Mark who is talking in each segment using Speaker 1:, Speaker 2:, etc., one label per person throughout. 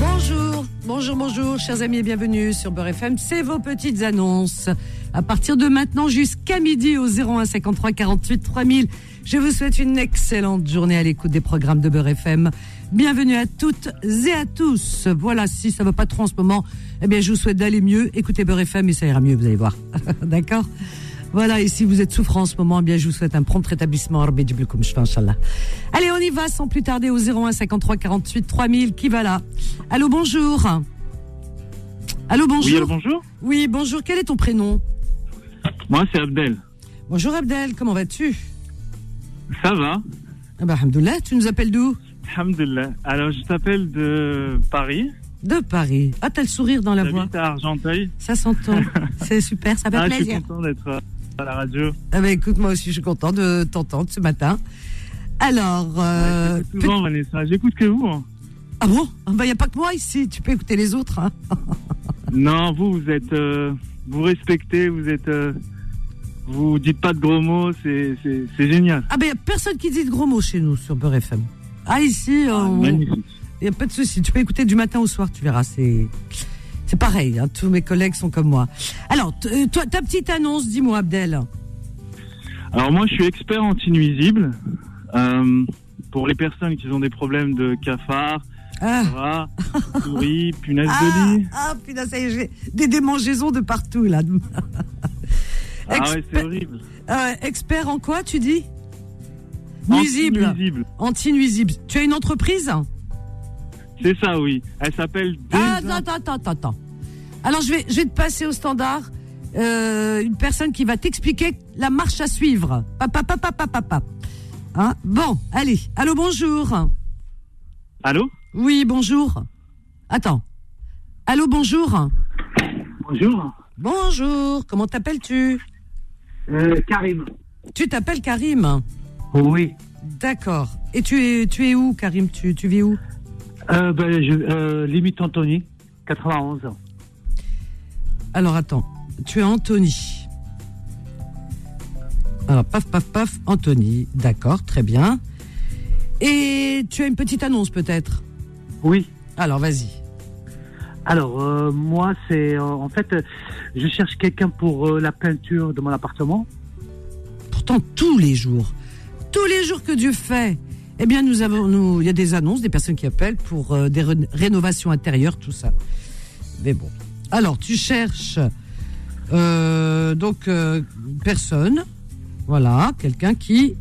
Speaker 1: Bonjour, bonjour, bonjour, chers amis et bienvenue sur Beurre FM. C'est vos petites annonces. À partir de maintenant jusqu'à midi au 01 53 48 3000. Je vous souhaite une excellente journée à l'écoute des programmes de Beurre FM. Bienvenue à toutes et à tous. Voilà, si ça va pas trop en ce moment, eh bien, je vous souhaite d'aller mieux. Écoutez Beurre FM et ça ira mieux, vous allez voir. D'accord? Voilà, et si vous êtes souffrant en ce moment, eh bien, je vous souhaite un prompt rétablissement. Rabbi Djibrikoum Shfa, Inch'Allah. Allez, on y va sans plus tarder au 01 53 48 3000. Qui va là Allô, bonjour. Allô, bonjour.
Speaker 2: Oui, allô, bonjour.
Speaker 1: Oui, bonjour. Quel est ton prénom
Speaker 2: Moi, c'est Abdel.
Speaker 1: Bonjour Abdel, comment vas-tu
Speaker 2: Ça va
Speaker 1: Ah bah, Alhamdoulilah, tu nous appelles d'où
Speaker 2: Alhamdulillah. Alors, je t'appelle de Paris.
Speaker 1: De Paris. Ah, t'as le sourire dans la voix.
Speaker 2: J'habite à Argenteuil.
Speaker 1: Ça s'entend. C'est super, ça fait
Speaker 2: Ah, je suis
Speaker 1: plaisir.
Speaker 2: content d'être euh, à la radio.
Speaker 1: Ah bah, écoute, moi aussi, je suis content de t'entendre ce matin. Alors, euh,
Speaker 2: J'écoute souvent, Vanessa. J'écoute que vous. hein.
Speaker 1: peut- ah bon Il n'y a pas que moi ici, tu peux écouter les autres. hein.
Speaker 2: Non, vous, vous êtes. euh, vous respectez, vous êtes. euh, vous dites pas de gros mots, c'est c'est- c'est génial.
Speaker 1: Ah ben, il n'y a personne qui dit de gros mots chez nous sur Beurre FM. Ah, ici,
Speaker 2: Oh.
Speaker 1: il
Speaker 2: Magnifique.
Speaker 1: n'y a pas de souci. Tu peux écouter du matin au soir, tu verras. C'est, c'est pareil, hein, tous mes collègues sont comme moi. Alors, t- euh, toi, ta petite annonce, dis-moi, Abdel.
Speaker 2: Alors, moi, je suis expert anti-nuisible. euh, pour les personnes qui ont des problèmes de cafard,
Speaker 1: Ah,
Speaker 2: rats, souris, punaise
Speaker 1: ah,
Speaker 2: de lit.
Speaker 1: ah, putain, ça y est, j'ai des démangeaisons de partout, là.
Speaker 2: Ah ouais, c'est
Speaker 1: Expert-
Speaker 2: horrible.
Speaker 1: Euh, expert en quoi, tu dis Nuisible.
Speaker 2: Anti-nuisible.
Speaker 1: Anti-nuisible. Tu as une entreprise
Speaker 2: C'est ça, oui. Elle s'appelle
Speaker 1: Ah,
Speaker 2: Désin-
Speaker 1: attends, attends, attends, attends. Alors, je vais, je vais te passer au standard euh, une personne qui va t'expliquer la marche à suivre. Papa, papa, papa, papa. Hein bon, allez. Allô, bonjour.
Speaker 2: Allô
Speaker 1: Oui, bonjour. Attends. Allô, bonjour.
Speaker 3: Bonjour,
Speaker 1: Bonjour. Comment t'appelles-tu
Speaker 3: euh, Karim.
Speaker 1: Tu t'appelles Karim.
Speaker 3: Oui.
Speaker 1: D'accord. Et tu es, tu es où, Karim tu, tu vis où
Speaker 3: Euh, ben, je, euh, limite Anthony, 91 ans.
Speaker 1: Alors, attends. Tu es Anthony. Alors, paf, paf, paf, Anthony. D'accord, très bien. Et tu as une petite annonce, peut-être
Speaker 3: Oui.
Speaker 1: Alors vas-y.
Speaker 3: Alors, euh, moi, c'est. euh, en fait, euh, je cherche quelqu'un pour euh, la peinture de mon appartement.
Speaker 1: Pourtant tous les jours, tous les jours que Dieu fait, eh bien nous avons, nous, il y a des annonces, des personnes qui appellent pour euh, des ré- rénovations intérieures, tout ça. Mais bon. Alors tu cherches euh, donc euh, une personne, voilà, quelqu'un qui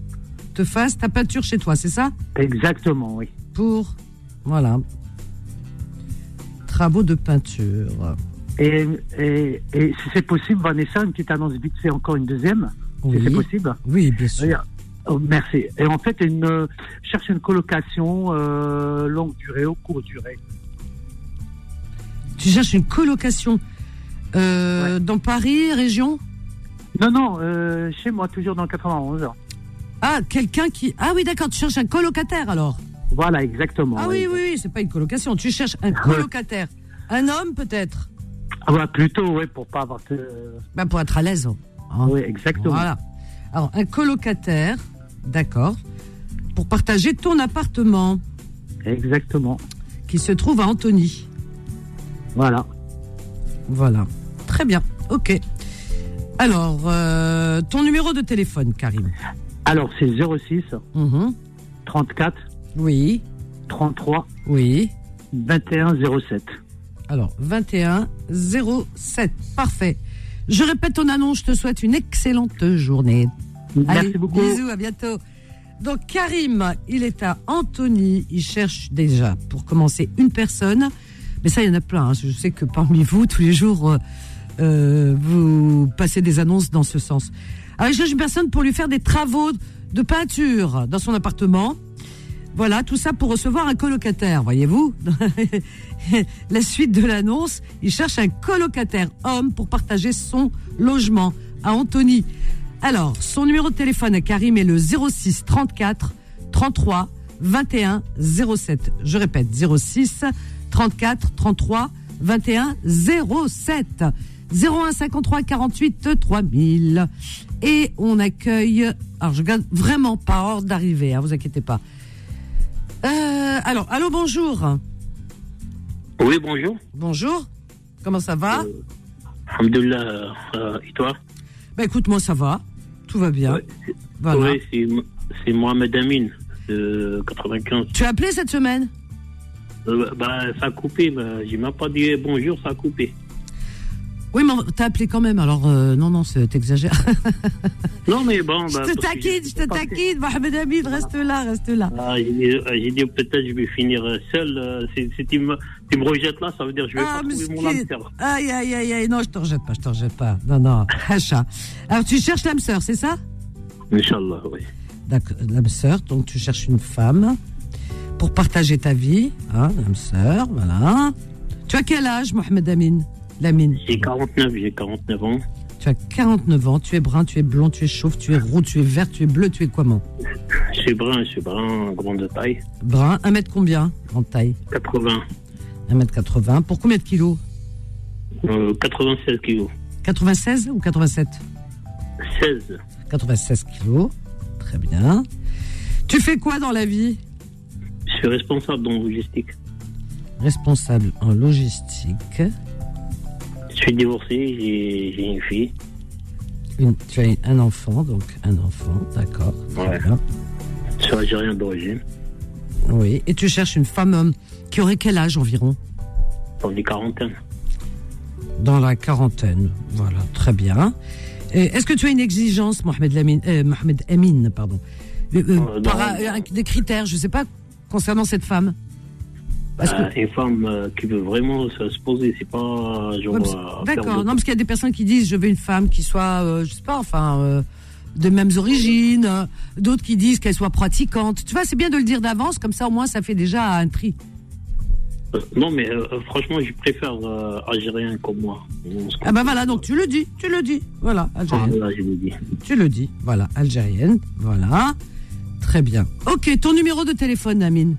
Speaker 1: te fasse ta peinture chez toi, c'est ça
Speaker 3: Exactement, oui.
Speaker 1: Pour voilà travaux de peinture.
Speaker 3: Et, et, et si c'est possible, Vanessa, une petite annonce vite fait, encore une deuxième, si
Speaker 1: Oui,
Speaker 3: c'est possible.
Speaker 1: oui, bien sûr.
Speaker 3: Oui. Oh, merci. Et en fait, une, euh, je cherche une colocation euh, longue durée ou courte durée.
Speaker 1: Tu cherches une colocation euh, dans Paris, région
Speaker 3: Non, non, euh, chez moi, toujours dans le 91.
Speaker 1: Ah, quelqu'un qui. Ah oui, d'accord, tu cherches un colocataire alors.
Speaker 3: Voilà, exactement.
Speaker 1: ah oui, oui, oui, c'est pas une colocation. Tu cherches un colocataire. Un homme peut-être
Speaker 3: Ah bah, plutôt, oui, pour pas avoir que.
Speaker 1: ben, Pour être à l'aise. hein.
Speaker 3: Oui, exactement.
Speaker 1: Voilà. Alors, un colocataire, d'accord, pour partager ton appartement
Speaker 3: Exactement.
Speaker 1: qui se trouve à Antony.
Speaker 3: Voilà.
Speaker 1: Voilà. Très bien, ok. Alors, euh, ton numéro de téléphone, Karim
Speaker 3: Alors, c'est 06
Speaker 1: Mhm.
Speaker 3: 34
Speaker 1: Oui,
Speaker 3: 33
Speaker 1: oui.
Speaker 3: 21 07.
Speaker 1: Alors, 21 07. Parfait. Je répète ton annonce, je te souhaite une excellente journée.
Speaker 3: Merci
Speaker 1: Allez,
Speaker 3: beaucoup.
Speaker 1: Bisous, à bientôt. Donc, Karim, il est à Antony. Il cherche déjà, pour commencer, une personne. Mais ça, il y en a plein. hein. Je sais que parmi vous, tous les jours, euh, euh, vous passez des annonces dans ce sens. Alors, il cherche une personne pour lui faire des travaux de peinture dans son appartement. Voilà, tout ça pour recevoir un colocataire, voyez-vous. La suite de l'annonce, il cherche un colocataire homme pour partager son logement à Anthony. Alors, son numéro de téléphone à Karim est le 06 34 33 21 07. Je répète, 06 34 33 21 07. 01 53 48 3000. Et on accueille. Alors, je garde vraiment par ordre d'arrivée, hein, vous inquiétez pas. Euh, alors, allô, bonjour.
Speaker 4: Oui, Oui, bonjour.
Speaker 1: Bonjour. Comment ça va
Speaker 4: Euh. Alhamdulillah, euh, et toi
Speaker 1: Bah écoute, moi ça va. Tout va bien. Voilà.
Speaker 4: Oui, c'est, c'est Mohamed Amine, de 95.
Speaker 1: Tu as appelé cette semaine
Speaker 4: Euh, bah, ça a coupé, bah, j'ai même pas dit bonjour, ça a coupé.
Speaker 1: Oui, mais on- t'as appelé quand même. Alors euh, non, non, c'est- t'exagères.
Speaker 4: Non, mais bon.
Speaker 1: je
Speaker 4: Ah, bah,
Speaker 1: te
Speaker 4: parce que
Speaker 1: taquine, je te
Speaker 4: parti.
Speaker 1: taquine. Mohamed Hamid, reste là, reste là.
Speaker 4: Ah, j'ai dit- ah, j'ai dit peut-être je vais finir euh, seul. euh, Si, si tu, me, tu me rejettes là, ça veut dire que je vais
Speaker 1: Ah,
Speaker 4: pas trouver mon
Speaker 1: mesquine.
Speaker 4: âme sœur.
Speaker 1: Aïe, aïe, aïe, aïe. Non, je t'en jette pas, je t'en jette pas. Non, non. Hacha. Alors tu cherches l'âme sœur, c'est ça
Speaker 4: Inch'Allah, oui.
Speaker 1: D'accord, l'âme sœur, donc tu cherches une femme pour partager ta vie, hein, l'âme sœur, voilà. Tu as quel âge, Mohamed Amine Lamine
Speaker 4: J'ai 49, j'ai 49 ans.
Speaker 1: Tu as 49 ans, tu es brun, tu es blond, tu es chauve, tu es roux, tu es vert, tu es bleu, tu es comment
Speaker 4: Je suis brun, je suis brun, grande taille.
Speaker 1: Brun, 1 mètre combien en taille
Speaker 4: 80,
Speaker 1: 1 mètre 80, pour combien de kilos
Speaker 4: euh, 96 kilos.
Speaker 1: 96 ou 87
Speaker 4: 16,
Speaker 1: 96 kilos, très bien. Tu fais quoi dans la vie
Speaker 4: je suis responsable dans la logistique.
Speaker 1: Responsable en logistique.
Speaker 4: Je suis divorcé, j'ai j'ai une fille.
Speaker 1: Une- tu as un enfant, donc un enfant, d'accord. très
Speaker 4: Ouais.
Speaker 1: bien.
Speaker 4: Je suis algérien d'origine.
Speaker 1: Oui, et tu cherches une femme homme qui aurait quel âge environ
Speaker 4: Dans les quarantaines.
Speaker 1: Dans la quarantaine. Voilà, très bien. Et Est-ce que tu as une exigence, Mohamed, Lamine, euh, Mohamed Amine, pardon, Euh, euh,
Speaker 4: Euh, non.
Speaker 1: par un- un- des critères, je ne sais pas, concernant cette femme Parce que-
Speaker 4: Euh, une femme euh, qui veut vraiment se, se poser, c'est pas genre.
Speaker 1: Ouais, parce-
Speaker 4: euh, faire
Speaker 1: D'accord,
Speaker 4: de-
Speaker 1: non, parce qu'il y a des personnes qui disent je veux une femme qui soit, euh, je sais pas, enfin, euh, de mêmes origines, euh, d'autres qui disent qu'elle soit pratiquante. Tu vois, c'est bien de le dire d'avance, comme ça au moins ça fait déjà un prix.
Speaker 4: Euh, non, mais euh, franchement, je préfère euh, algérien comme moi. On se
Speaker 1: Ah ben voilà, donc tu le dis, tu le dis, voilà,
Speaker 4: comprend,
Speaker 1: algérienne.
Speaker 4: là, je vous dis.
Speaker 1: Tu le dis, voilà, algérienne, voilà. Très bien. Ok, ton numéro de téléphone, Amine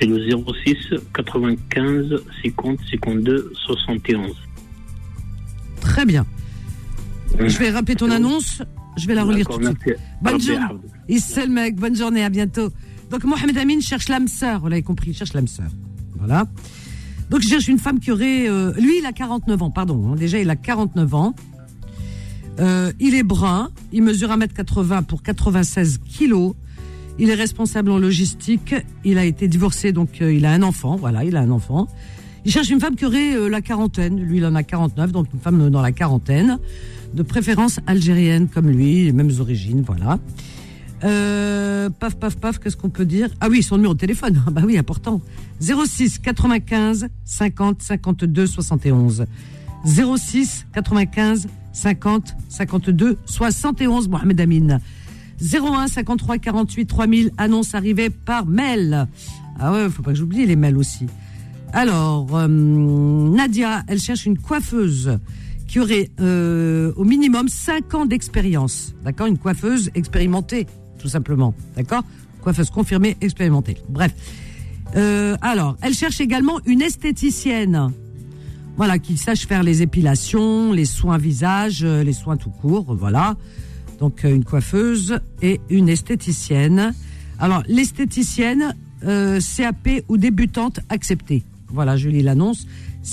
Speaker 4: C'est le 06 95 50 52 71.
Speaker 1: Très bien.
Speaker 4: Mmh.
Speaker 1: Je vais rappeler ton annonce, je vais la relire tout
Speaker 4: D'accord,
Speaker 1: de suite.
Speaker 4: merci.
Speaker 1: Bonne
Speaker 4: Rabbi
Speaker 1: journée.
Speaker 4: Yahfaz.
Speaker 1: Issel mec, bonne journée, à bientôt. Donc Mohamed Amine cherche l'âme sœur, vous l'avez compris, il cherche l'âme sœur. Voilà. Donc je cherche une femme qui aurait... euh, lui, il a 49 ans, pardon. hein, déjà, il a 49 ans. Euh, il est brun, il mesure 1m80 pour 96 kilos. Il est responsable en logistique. Il a été divorcé, donc euh, il a un enfant. Voilà, il a un enfant. Il cherche une femme qui aurait euh, la quarantaine. Lui, il en a 49, donc une femme dans la quarantaine. De préférence algérienne comme lui, les mêmes origines, voilà. Euh, paf, paf, paf, qu'est-ce qu'on peut dire Ah oui, son numéro de téléphone. Ah bah oui, important. 06 95 50 52 71. 06 95 50 52 71, Mohamed Amine. 01 53 48 3000, annonce arrivée par mail. Ah ouais, faut pas que j'oublie les mails aussi. Alors, euh, Nadia, elle cherche une coiffeuse qui aurait euh, au minimum 5 ans d'expérience. D'accord Une coiffeuse expérimentée, tout simplement. D'accord Coiffeuse confirmée, expérimentée. Bref. Euh, alors, elle cherche également une esthéticienne. Voilà, qui sache faire les épilations, les soins visage, euh, les soins tout court, voilà. Donc euh, une coiffeuse et une esthéticienne. Alors l'esthéticienne, euh, CAP ou débutante acceptée. Voilà, je lis l'annonce.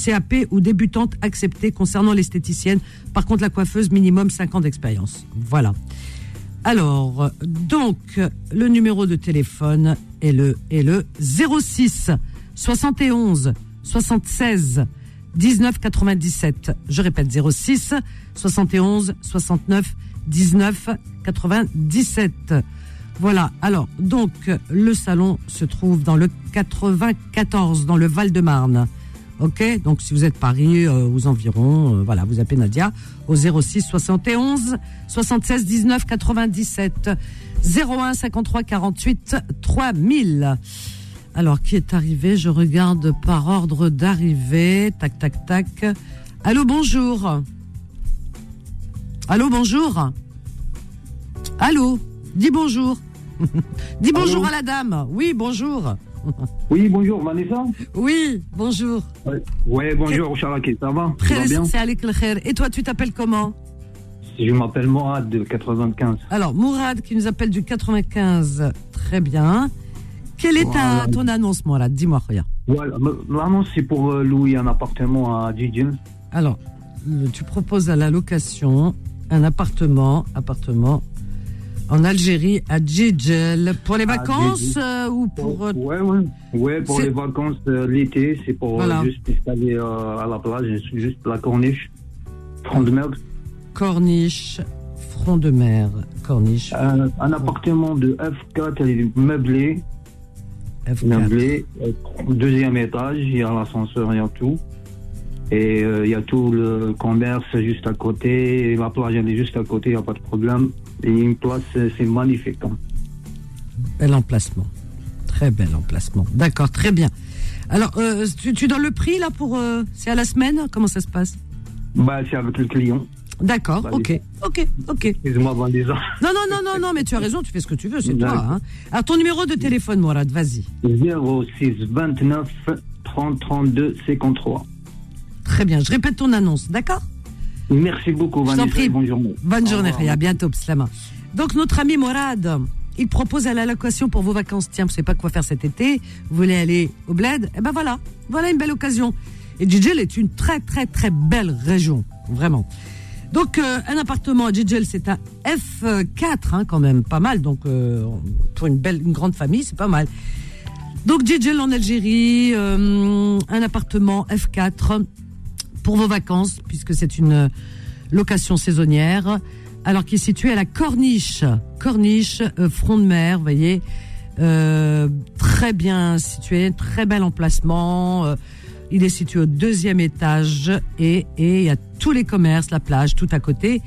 Speaker 1: CAP ou débutante acceptée concernant l'esthéticienne. Par contre, la coiffeuse, minimum 5 ans d'expérience. Voilà. Alors, euh, donc, euh, le numéro de téléphone est le, est le 06 71 76 19 97. Je répète, 06 71 69 19 97. Voilà, alors, donc, euh, le salon se trouve dans le 94, dans le Val-de-Marne. Ok, donc si vous êtes Paris, euh, aux environs, euh, voilà, vous appelez Nadia au 06 71 76 19 97 01 53 48 3000. Alors, qui est arrivé Je regarde par ordre d'arrivée. Tac, tac, tac. Allô, bonjour. Allô, bonjour. Allô, dis bonjour. dis bonjour
Speaker 5: Allô
Speaker 1: à la dame. Oui, bonjour.
Speaker 5: Oui, bonjour, Vanessa.
Speaker 1: Oui, bonjour.
Speaker 5: Ouais, bonjour, Charaki, ça va Ça va bien
Speaker 1: C'est Alec Lecher. Et toi, tu t'appelles comment
Speaker 5: Je m'appelle Mourad, de 95.
Speaker 1: Alors, Mourad qui nous appelle du 95, très bien. Quelle est ta-
Speaker 5: Voilà.
Speaker 1: ton annonce, Mourad Dis-moi, regarde.
Speaker 5: Voilà, ma- l'annonce c'est pour euh, louer un appartement à Djidjin.
Speaker 1: Alors, le- tu proposes à la location un appartement, appartement en Algérie à Djidjel pour les
Speaker 5: À
Speaker 1: vacances
Speaker 5: Djidjel.
Speaker 1: euh, ou pour euh,
Speaker 5: Ouais, ouais. Ouais, pour
Speaker 1: C'est-
Speaker 5: les vacances, euh, l'été, c'est pour euh,
Speaker 1: Voilà.
Speaker 5: juste installer euh, à la plage, juste la corniche. Front de mer.
Speaker 1: Corniche, front de mer, Corniche
Speaker 5: Un, un appartement de F4, elle est meublée.
Speaker 1: F4.
Speaker 5: meublé, euh, deuxième étage, il y a l'ascenseur, il y a tout. Et euh, il y a tout le commerce juste à côté, et la plage elle est juste à côté, il n'y a pas de problème. Et une place, euh, c'est magnifique. hein.
Speaker 1: Bel emplacement. Très bel emplacement. D'accord, très bien. Alors, euh, tu, tu donnes le prix là pour. euh, c'est à la semaine Comment ça se passe
Speaker 5: Bah, c'est avec le client.
Speaker 1: D'accord,
Speaker 5: Bah,
Speaker 1: ok. Ok, ok.
Speaker 5: Excuse-moi, avant des ans.
Speaker 1: Non, non, non, non, non, mais tu as raison, tu fais ce que tu veux, c'est toi.
Speaker 5: D'accord.
Speaker 1: Hein. Alors, ton numéro de téléphone, Mourad, vas-y.
Speaker 5: 06 29 30 32 53.
Speaker 1: Très bien, je répète ton annonce, d'accord
Speaker 5: Merci beaucoup,
Speaker 1: Je t'en
Speaker 5: Vanessa.
Speaker 1: prie.
Speaker 5: et Bonne journée.
Speaker 1: Bonne
Speaker 5: Au
Speaker 1: journée,
Speaker 5: revoir.
Speaker 1: Ria. à bientôt, Pslama. Donc, notre ami Morad, il propose à la location pour vos vacances. Tiens, vous savez pas quoi faire cet été, vous voulez aller au bled Eh ben voilà, voilà une belle occasion. Et Djidjel est une très, très, très belle région, vraiment. Donc, euh, un appartement à Djidjel, c'est un F4, hein, quand même, pas mal. Donc, euh, pour une belle, une grande famille, c'est pas mal. Donc, Djidjel en Algérie, euh, un appartement F4 pour vos vacances, puisque c'est une location saisonnière, alors qui est située à la Corniche, Corniche, euh, front de mer, vous voyez, euh, très bien situé, très bel emplacement. euh, il est situé au deuxième étage et, et il y a tous les commerces, la plage, tout à côté.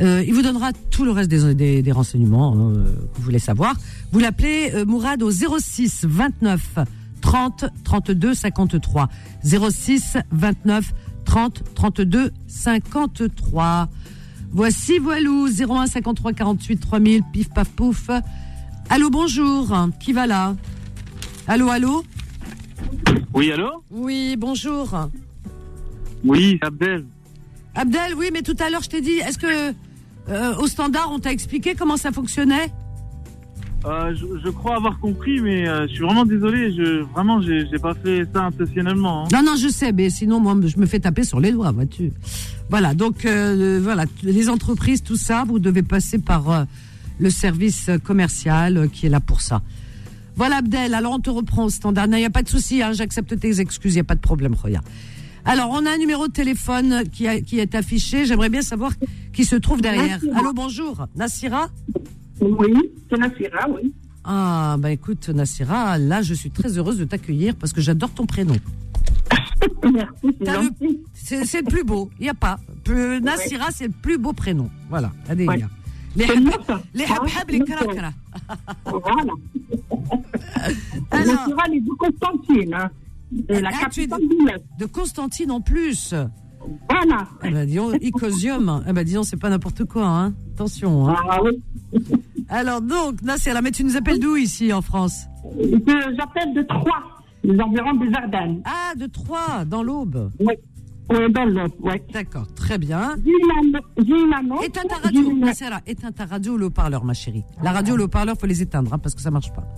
Speaker 1: Euh, il vous donnera tout le reste des, des, des renseignements hein, euh, que vous voulez savoir. Vous l'appelez euh, Mourad au 06 29 30 32 53. 06 29 30 32 53. Voici Voilou 01 53 48 3000 pif paf pouf. Allô bonjour, qui va là Allô allô
Speaker 2: Oui, allô
Speaker 1: Oui, bonjour.
Speaker 2: Oui, c'est Abdel.
Speaker 1: Abdel, oui, mais tout à l'heure je t'ai dit est-ce que euh, au standard on t'a expliqué comment ça fonctionnait
Speaker 2: Euh, je, je crois avoir compris, mais euh, je suis vraiment désolé. Je, vraiment, j'ai j'ai pas fait ça intentionnellement. hein.
Speaker 1: Non, non, je sais, mais sinon, moi, je me fais taper sur les doigts, vois-tu. Voilà, donc, euh, voilà, t- les entreprises, tout ça, vous devez passer par euh, le service commercial euh, qui est là pour ça. Voilà, Abdel, alors on te reprend au standard. Non, Il n'y a pas de souci, hein, j'accepte tes excuses, il n'y a pas de problème, regarde. Alors, on a un numéro de téléphone qui, a- qui est affiché. J'aimerais bien savoir qui se trouve derrière.
Speaker 6: Nassira.
Speaker 1: Allô, bonjour. Nassira
Speaker 6: Oui, c'est Nassira, oui.
Speaker 1: Ah, bah écoute, Nassira, là, je suis très heureuse de t'accueillir parce que j'adore ton prénom.
Speaker 6: Merci, c'est
Speaker 1: T'as le-
Speaker 6: gentil.
Speaker 1: C'est c'est le plus beau. Il n'y a pas. Plus- Nassira, c'est le plus beau prénom. Voilà. Allez,
Speaker 6: Ouais.
Speaker 1: viens. Les
Speaker 6: C'est
Speaker 1: hab-
Speaker 6: mieux, ça.
Speaker 1: les
Speaker 6: Ah,
Speaker 1: habhab,
Speaker 6: c'est
Speaker 1: les
Speaker 6: mieux,
Speaker 1: cracra.
Speaker 6: Voilà.
Speaker 1: Alors,
Speaker 6: Nassira, elle est de Constantine, hein, de la
Speaker 1: Ah, tu es de-
Speaker 6: capitale du Nord.
Speaker 1: de Constantine en plus.
Speaker 6: Voilà.
Speaker 1: Ah bah, disons, Icosium. Ah bah, disons, c'est pas n'importe quoi, hein. Attention, hein.
Speaker 6: Ah oui.
Speaker 1: Alors, donc, Nassira, mais tu nous appelles d'où ici en France
Speaker 6: Je- J'appelle de Troyes, les environs des Ardennes.
Speaker 1: Ah, de Troyes, dans l'Aube.
Speaker 6: Oui. Oui, dans l'Europe, oui.
Speaker 1: D'accord, très bien.
Speaker 6: J'ai une annonce- j'ai une annonce.
Speaker 1: Éteins ta
Speaker 6: J'ai
Speaker 1: radio,
Speaker 6: une-
Speaker 1: Nassira. Éteins ta radio, le haut-parleur, ma chérie. La radio, le haut-parleur, faut les éteindre, hein, parce que ça marche pas.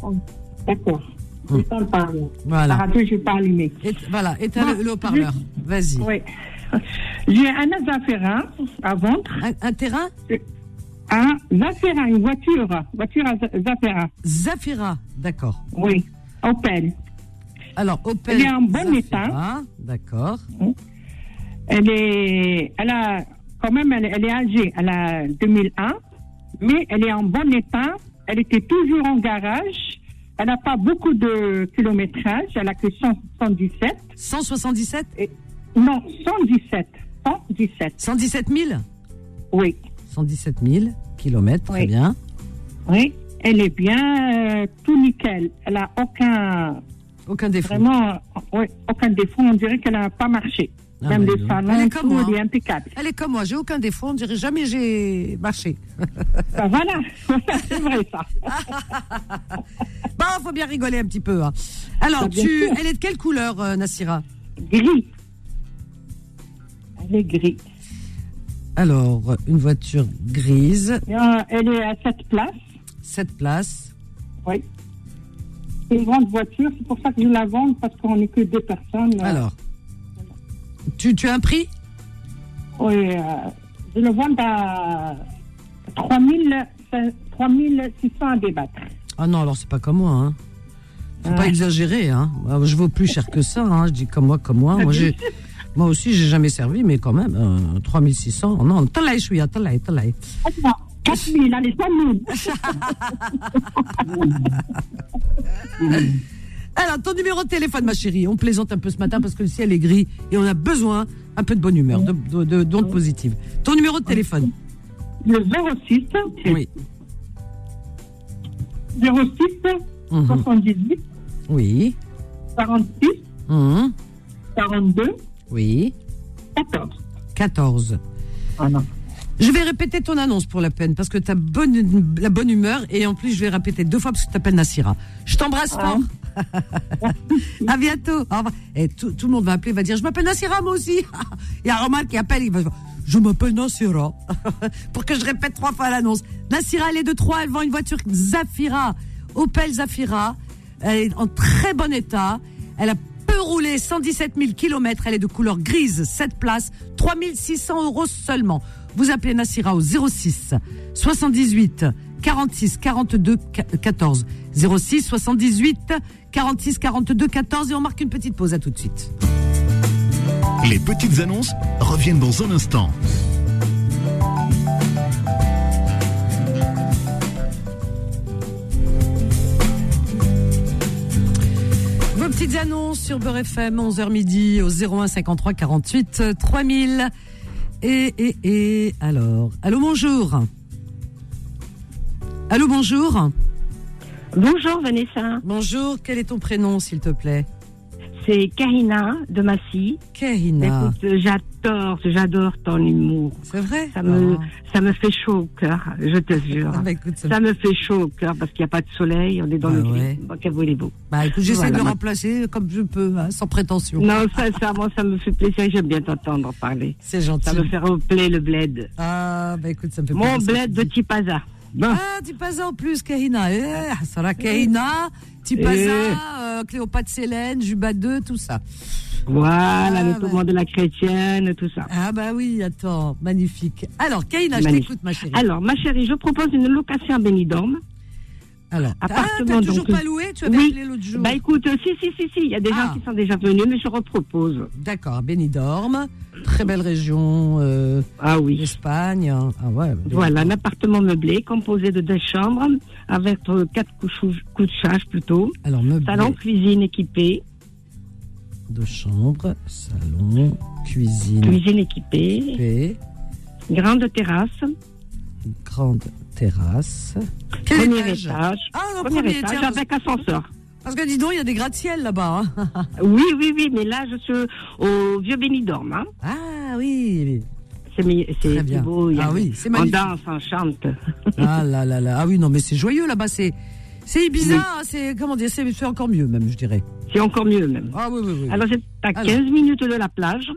Speaker 6: D'accord.
Speaker 1: Hmm.
Speaker 6: Je parle pas. là. La
Speaker 1: Voilà. Hmm.
Speaker 6: radio, je parle allumée.
Speaker 1: Et, voilà, éteins le, le haut-parleur. Vas-y.
Speaker 6: Oui. J'ai un azaférin à vendre.
Speaker 1: Un, un terrain
Speaker 6: Un Zaférin, une voiture. Voiture à Z- Zaférin.
Speaker 1: Zafira, d'accord.
Speaker 6: Oui. Opel.
Speaker 1: Alors, Opel.
Speaker 6: Elle est en bon
Speaker 1: Zafira,
Speaker 6: état.
Speaker 1: D'accord.
Speaker 6: Elle est, elle a, quand même, elle, elle est âgée. Elle a 2001, mais elle est en bon état. Elle était toujours en garage. Elle n'a pas beaucoup de kilométrage. Elle a que 100 117.
Speaker 1: 177
Speaker 6: Non, 117. 117.
Speaker 1: 117 000
Speaker 6: Oui.
Speaker 1: 117 000 kilomètres, très
Speaker 6: Oui.
Speaker 1: bien.
Speaker 6: Oui. Elle est bien, euh, tout nickel. Elle a aucun,
Speaker 1: Aucun défaut.
Speaker 6: vraiment, euh, ouais, aucun défaut. On dirait qu'elle n'a pas marché.
Speaker 1: Ah, bah,
Speaker 6: Même les
Speaker 1: dis donc.
Speaker 6: salons,
Speaker 1: Elle est comme
Speaker 6: tout,
Speaker 1: moi.
Speaker 6: elle est impeccable.
Speaker 1: Elle est comme moi, j'ai aucun défaut, on dirait jamais j'ai marché.
Speaker 6: Ben voilà, c'est vrai ça.
Speaker 1: Bah, faut bien rigoler un petit peu. hein. Alors,
Speaker 6: Bah, bien
Speaker 1: tu,
Speaker 6: sûr.
Speaker 1: elle est de quelle couleur, euh, Nassira
Speaker 6: Gris. Elle est gris.
Speaker 1: Alors, une voiture grise,
Speaker 6: Euh, elle est à cette place.
Speaker 1: 7 places.
Speaker 6: Oui.
Speaker 7: C'est une grande voiture, c'est pour ça que je la vends, parce qu'on n'est que deux personnes.
Speaker 1: Alors, tu, tu as un prix
Speaker 7: Oui, euh, je le vends à 3600 à débattre.
Speaker 1: Ah non, alors c'est pas comme moi. Hein. Faut pas
Speaker 7: Ouais.
Speaker 1: exagérer. Hein. Ah, Je vaux plus cher que ça. hein. Je dis comme moi, comme moi. Moi, j'ai- moi aussi, j'ai jamais servi, mais quand même, euh, 3600. Non, talaï, je suis à talaï, talaï.
Speaker 7: 4000, allez, 3000.
Speaker 1: Alors, ton numéro de téléphone, ma chérie. On plaisante un peu ce matin parce que le ciel est gris et on a besoin un peu de bonne humeur, de, de, de- d'ondes positives. Ton numéro de téléphone
Speaker 7: Le 06,
Speaker 1: Oui.
Speaker 7: 06
Speaker 1: Mhm.
Speaker 7: 78
Speaker 1: Oui.
Speaker 7: 46
Speaker 1: Mhm.
Speaker 7: 42
Speaker 1: Oui.
Speaker 7: 14.
Speaker 1: 14.
Speaker 7: Ah
Speaker 1: Je vais répéter ton annonce pour la peine, parce que tu as bonne, la bonne humeur, et en plus je vais répéter deux fois parce que tu t'appelles Nassira. Je t'embrasse fort. à bientôt. Au revoir. Et tout, tout le monde va appeler, va dire, je m'appelle Nassira moi aussi. il y a Romain qui appelle, il va dire, je m'appelle Nassira. pour que je répète trois fois l'annonce. Nassira, elle est de Troyes, elle vend une voiture Zafira, Opel Zafira. Elle est en très bon état. Elle a peu roulé 117 000 km. Elle est de couleur grise, 7 places, 3600 euros seulement. Vous appelez Nassira au 06 78 46 42 14. 06 78 46 42 14. Et on marque une petite pause. À tout de suite.
Speaker 8: Les petites annonces reviennent dans un instant.
Speaker 1: Vos petites annonces sur Beurre FM, 11h midi, au 01 53 48 3000. euh, Et, et, et, alors. Allô, bonjour. Allô, bonjour.
Speaker 6: Bonjour Vanessa,
Speaker 1: Bonjour, quel est ton prénom, s'il te plaît
Speaker 6: c'est Karina de Massy.
Speaker 1: Karina.
Speaker 6: Écoute, euh, j'adore, j'adore ton humour.
Speaker 1: Bah, C'est vrai
Speaker 6: Ça me,
Speaker 1: Oh.
Speaker 6: ça me fait chaud au cœur, je te jure.
Speaker 1: Ah, bah, écoute, ça-
Speaker 6: Ça me fait chaud au cœur parce qu'il n'y a pas de soleil, on est dans
Speaker 1: Ah
Speaker 6: le gris.
Speaker 1: ouais.
Speaker 6: Bon, que voulez-vous
Speaker 1: bah, écoute, j'essaie de
Speaker 6: Voilà.
Speaker 1: le remplacer comme je peux, hein, sans prétention.
Speaker 6: Non, sincèrement, ça me fait plaisir, j'aime bien t'entendre parler.
Speaker 1: C'est gentil.
Speaker 6: Ça me fait repeler le bled.
Speaker 1: Ah, bah écoute, ça me fait
Speaker 6: Mon
Speaker 1: plaisir ce que
Speaker 6: bled
Speaker 1: tu
Speaker 6: de
Speaker 1: dis.
Speaker 6: Tipaza. Bon.
Speaker 1: Ah, tu passes en plus, Kahina. Eh, ça va, Kahina,
Speaker 6: Eh.
Speaker 1: Tipaza, euh, Cléopâtre Célène, Juba 2, tout ça.
Speaker 6: Voilà,
Speaker 1: Ah,
Speaker 6: le
Speaker 1: ouais.
Speaker 6: tourment de la chrétienne, tout ça.
Speaker 1: Ah bah oui, attends, magnifique. Alors, Kaina, je
Speaker 6: Magnifique.
Speaker 1: t'écoute, ma chérie.
Speaker 6: Alors, ma chérie, je propose une location à Benidorm.
Speaker 1: Alors, ah,
Speaker 6: appartement,
Speaker 1: t'as toujours
Speaker 6: donc,
Speaker 1: pas loué Tu avais
Speaker 6: oui.
Speaker 1: appelé l'autre jour.
Speaker 6: Bah écoute, euh, si, si, si, si, il y a des
Speaker 1: Ah.
Speaker 6: gens qui sont déjà venus, mais je repropose.
Speaker 1: D'accord, Benidorm, très belle région, euh,
Speaker 6: Ah oui.
Speaker 1: Espagne. Ah ouais. Benidorm.
Speaker 6: Voilà, un appartement meublé composé de deux chambres avec euh, quatre couchou- couchages plutôt.
Speaker 1: Alors, meublé
Speaker 6: Salon, cuisine équipée,
Speaker 1: de chambre, salon, cuisine,
Speaker 6: Mmh. cuisine équipée,
Speaker 1: paix,
Speaker 6: grande terrasse,
Speaker 1: grande terrasse. Quel
Speaker 6: premier
Speaker 1: étage
Speaker 6: étage.
Speaker 1: Ah non,
Speaker 6: Premier, étage
Speaker 1: tiens, parce-
Speaker 6: avec ascenseur.
Speaker 1: parce que dis donc, il y a des gratte-ciel là-bas. hein.
Speaker 6: Oui, oui, oui, mais là je suis au vieux Benidorm. Hein.
Speaker 1: Ah oui.
Speaker 6: C'est mi-
Speaker 1: Très
Speaker 6: c'est
Speaker 1: bien.
Speaker 6: beau. il y a-
Speaker 1: Ah oui, c'est
Speaker 6: on
Speaker 1: magnifique.
Speaker 6: danse, on chante.
Speaker 1: Ah là là là. Ah oui, non, mais c'est joyeux là-bas. C'est c'est Ibiza. hein, C'est comment dire C'est c'est encore mieux même, je dirais.
Speaker 6: C'est encore mieux même.
Speaker 1: Ah oui oui oui.
Speaker 6: Alors c'est à
Speaker 1: Alors.
Speaker 6: 15 minutes de la plage.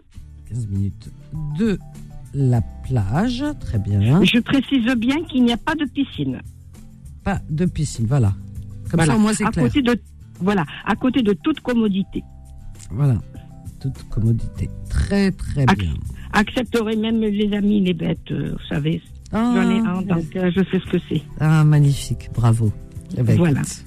Speaker 1: 15 minutes de la plage. Très bien.
Speaker 6: Je précise bien qu'il n'y a pas de piscine.
Speaker 1: Pas de piscine. Voilà. Comme
Speaker 6: Voilà.
Speaker 1: ça, au moins, c'est
Speaker 6: à
Speaker 1: clair.
Speaker 6: côté de voilà, à côté de toute commodité.
Speaker 1: Voilà. Toute commodité. Très, très
Speaker 6: Ah,
Speaker 1: bien.
Speaker 6: Accepterait même les amis, les bêtes, euh, vous savez. J'en ai un, donc euh, je sais ce que c'est.
Speaker 1: ah, magnifique. Bravo. Eh ben,
Speaker 6: Voilà.
Speaker 1: écoute.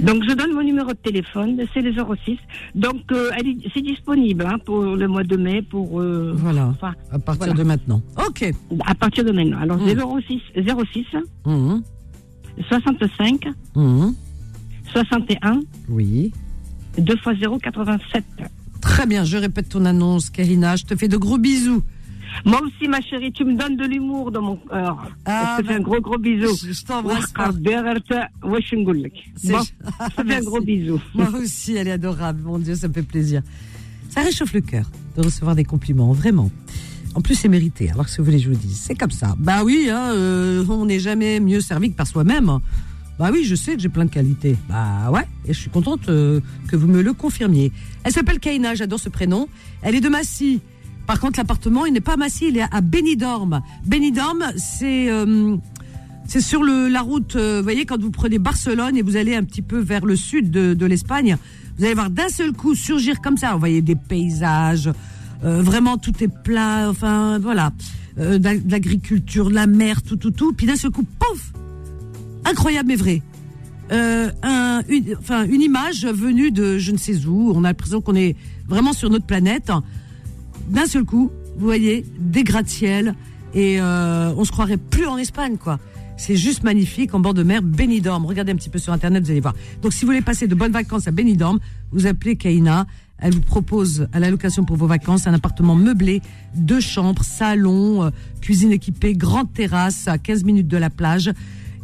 Speaker 6: Donc je donne mon numéro de téléphone, c'est le 06. Donc euh, elle est- c'est disponible hein, pour le mois de mai, pour euh,
Speaker 1: Voilà.
Speaker 6: enfin,
Speaker 1: À partir
Speaker 6: Voilà.
Speaker 1: de maintenant. OK.
Speaker 6: à partir de maintenant. Alors
Speaker 1: Mm.
Speaker 6: 06 06
Speaker 1: Hum,
Speaker 6: 65
Speaker 1: hum.
Speaker 6: 61
Speaker 1: Oui.
Speaker 6: 2 fois 0 87.
Speaker 1: Très bien. Je répète ton annonce, Karina. Je te fais de gros bisous.
Speaker 6: Moi aussi ma chérie, tu me donnes de l'humour dans mon cœur.
Speaker 1: Ah,
Speaker 6: je te fais
Speaker 1: bah-
Speaker 6: un gros gros bisou.
Speaker 1: Je, je t'embrasse. fort. C'est-
Speaker 6: Bon,
Speaker 1: Ah,
Speaker 6: je te fais un
Speaker 1: merci.
Speaker 6: gros bisou.
Speaker 1: Moi aussi, elle est adorable. Mon Dieu, ça me fait plaisir. Ça réchauffe le cœur de recevoir des compliments, vraiment. En plus, c'est mérité. Alors que si vous voulez, je vous dis, c'est comme ça. Bah oui, hein, euh, on n'est jamais mieux servi que par soi-même. Bah oui, je sais que j'ai plein de qualités. Bah ouais, et je suis contente euh, que vous me le confirmiez. Elle s'appelle Kaina, j'adore ce prénom. Elle est de Massy. Par contre, l'appartement, il n'est pas à Massy, il est à Benidorm. Benidorm, c'est euh, C'est sur le, la route, euh, vous voyez, quand vous prenez Barcelone et vous allez un petit peu vers le sud de, de l'Espagne, vous allez voir d'un seul coup surgir comme ça. Vous voyez des paysages, euh, vraiment tout est plat, enfin voilà, euh, d'ag- de l'agriculture, de la mer, tout, tout, tout. Puis d'un seul coup, pouf Incroyable mais vrai. Euh, un- une, enfin, une image venue de je ne sais où. On a l'impression qu'on est vraiment sur notre planète d'un seul coup, vous voyez, des gratte-ciel et euh, on se croirait plus en Espagne, quoi. C'est juste magnifique en bord de mer, Benidorm. Regardez un petit peu sur internet, vous allez voir. Donc, si vous voulez passer de bonnes vacances à Benidorm, vous appelez Kaina. Elle vous propose à la location pour vos vacances un appartement meublé, deux chambres, salon, euh, cuisine équipée, grande terrasse à 15 minutes de la plage.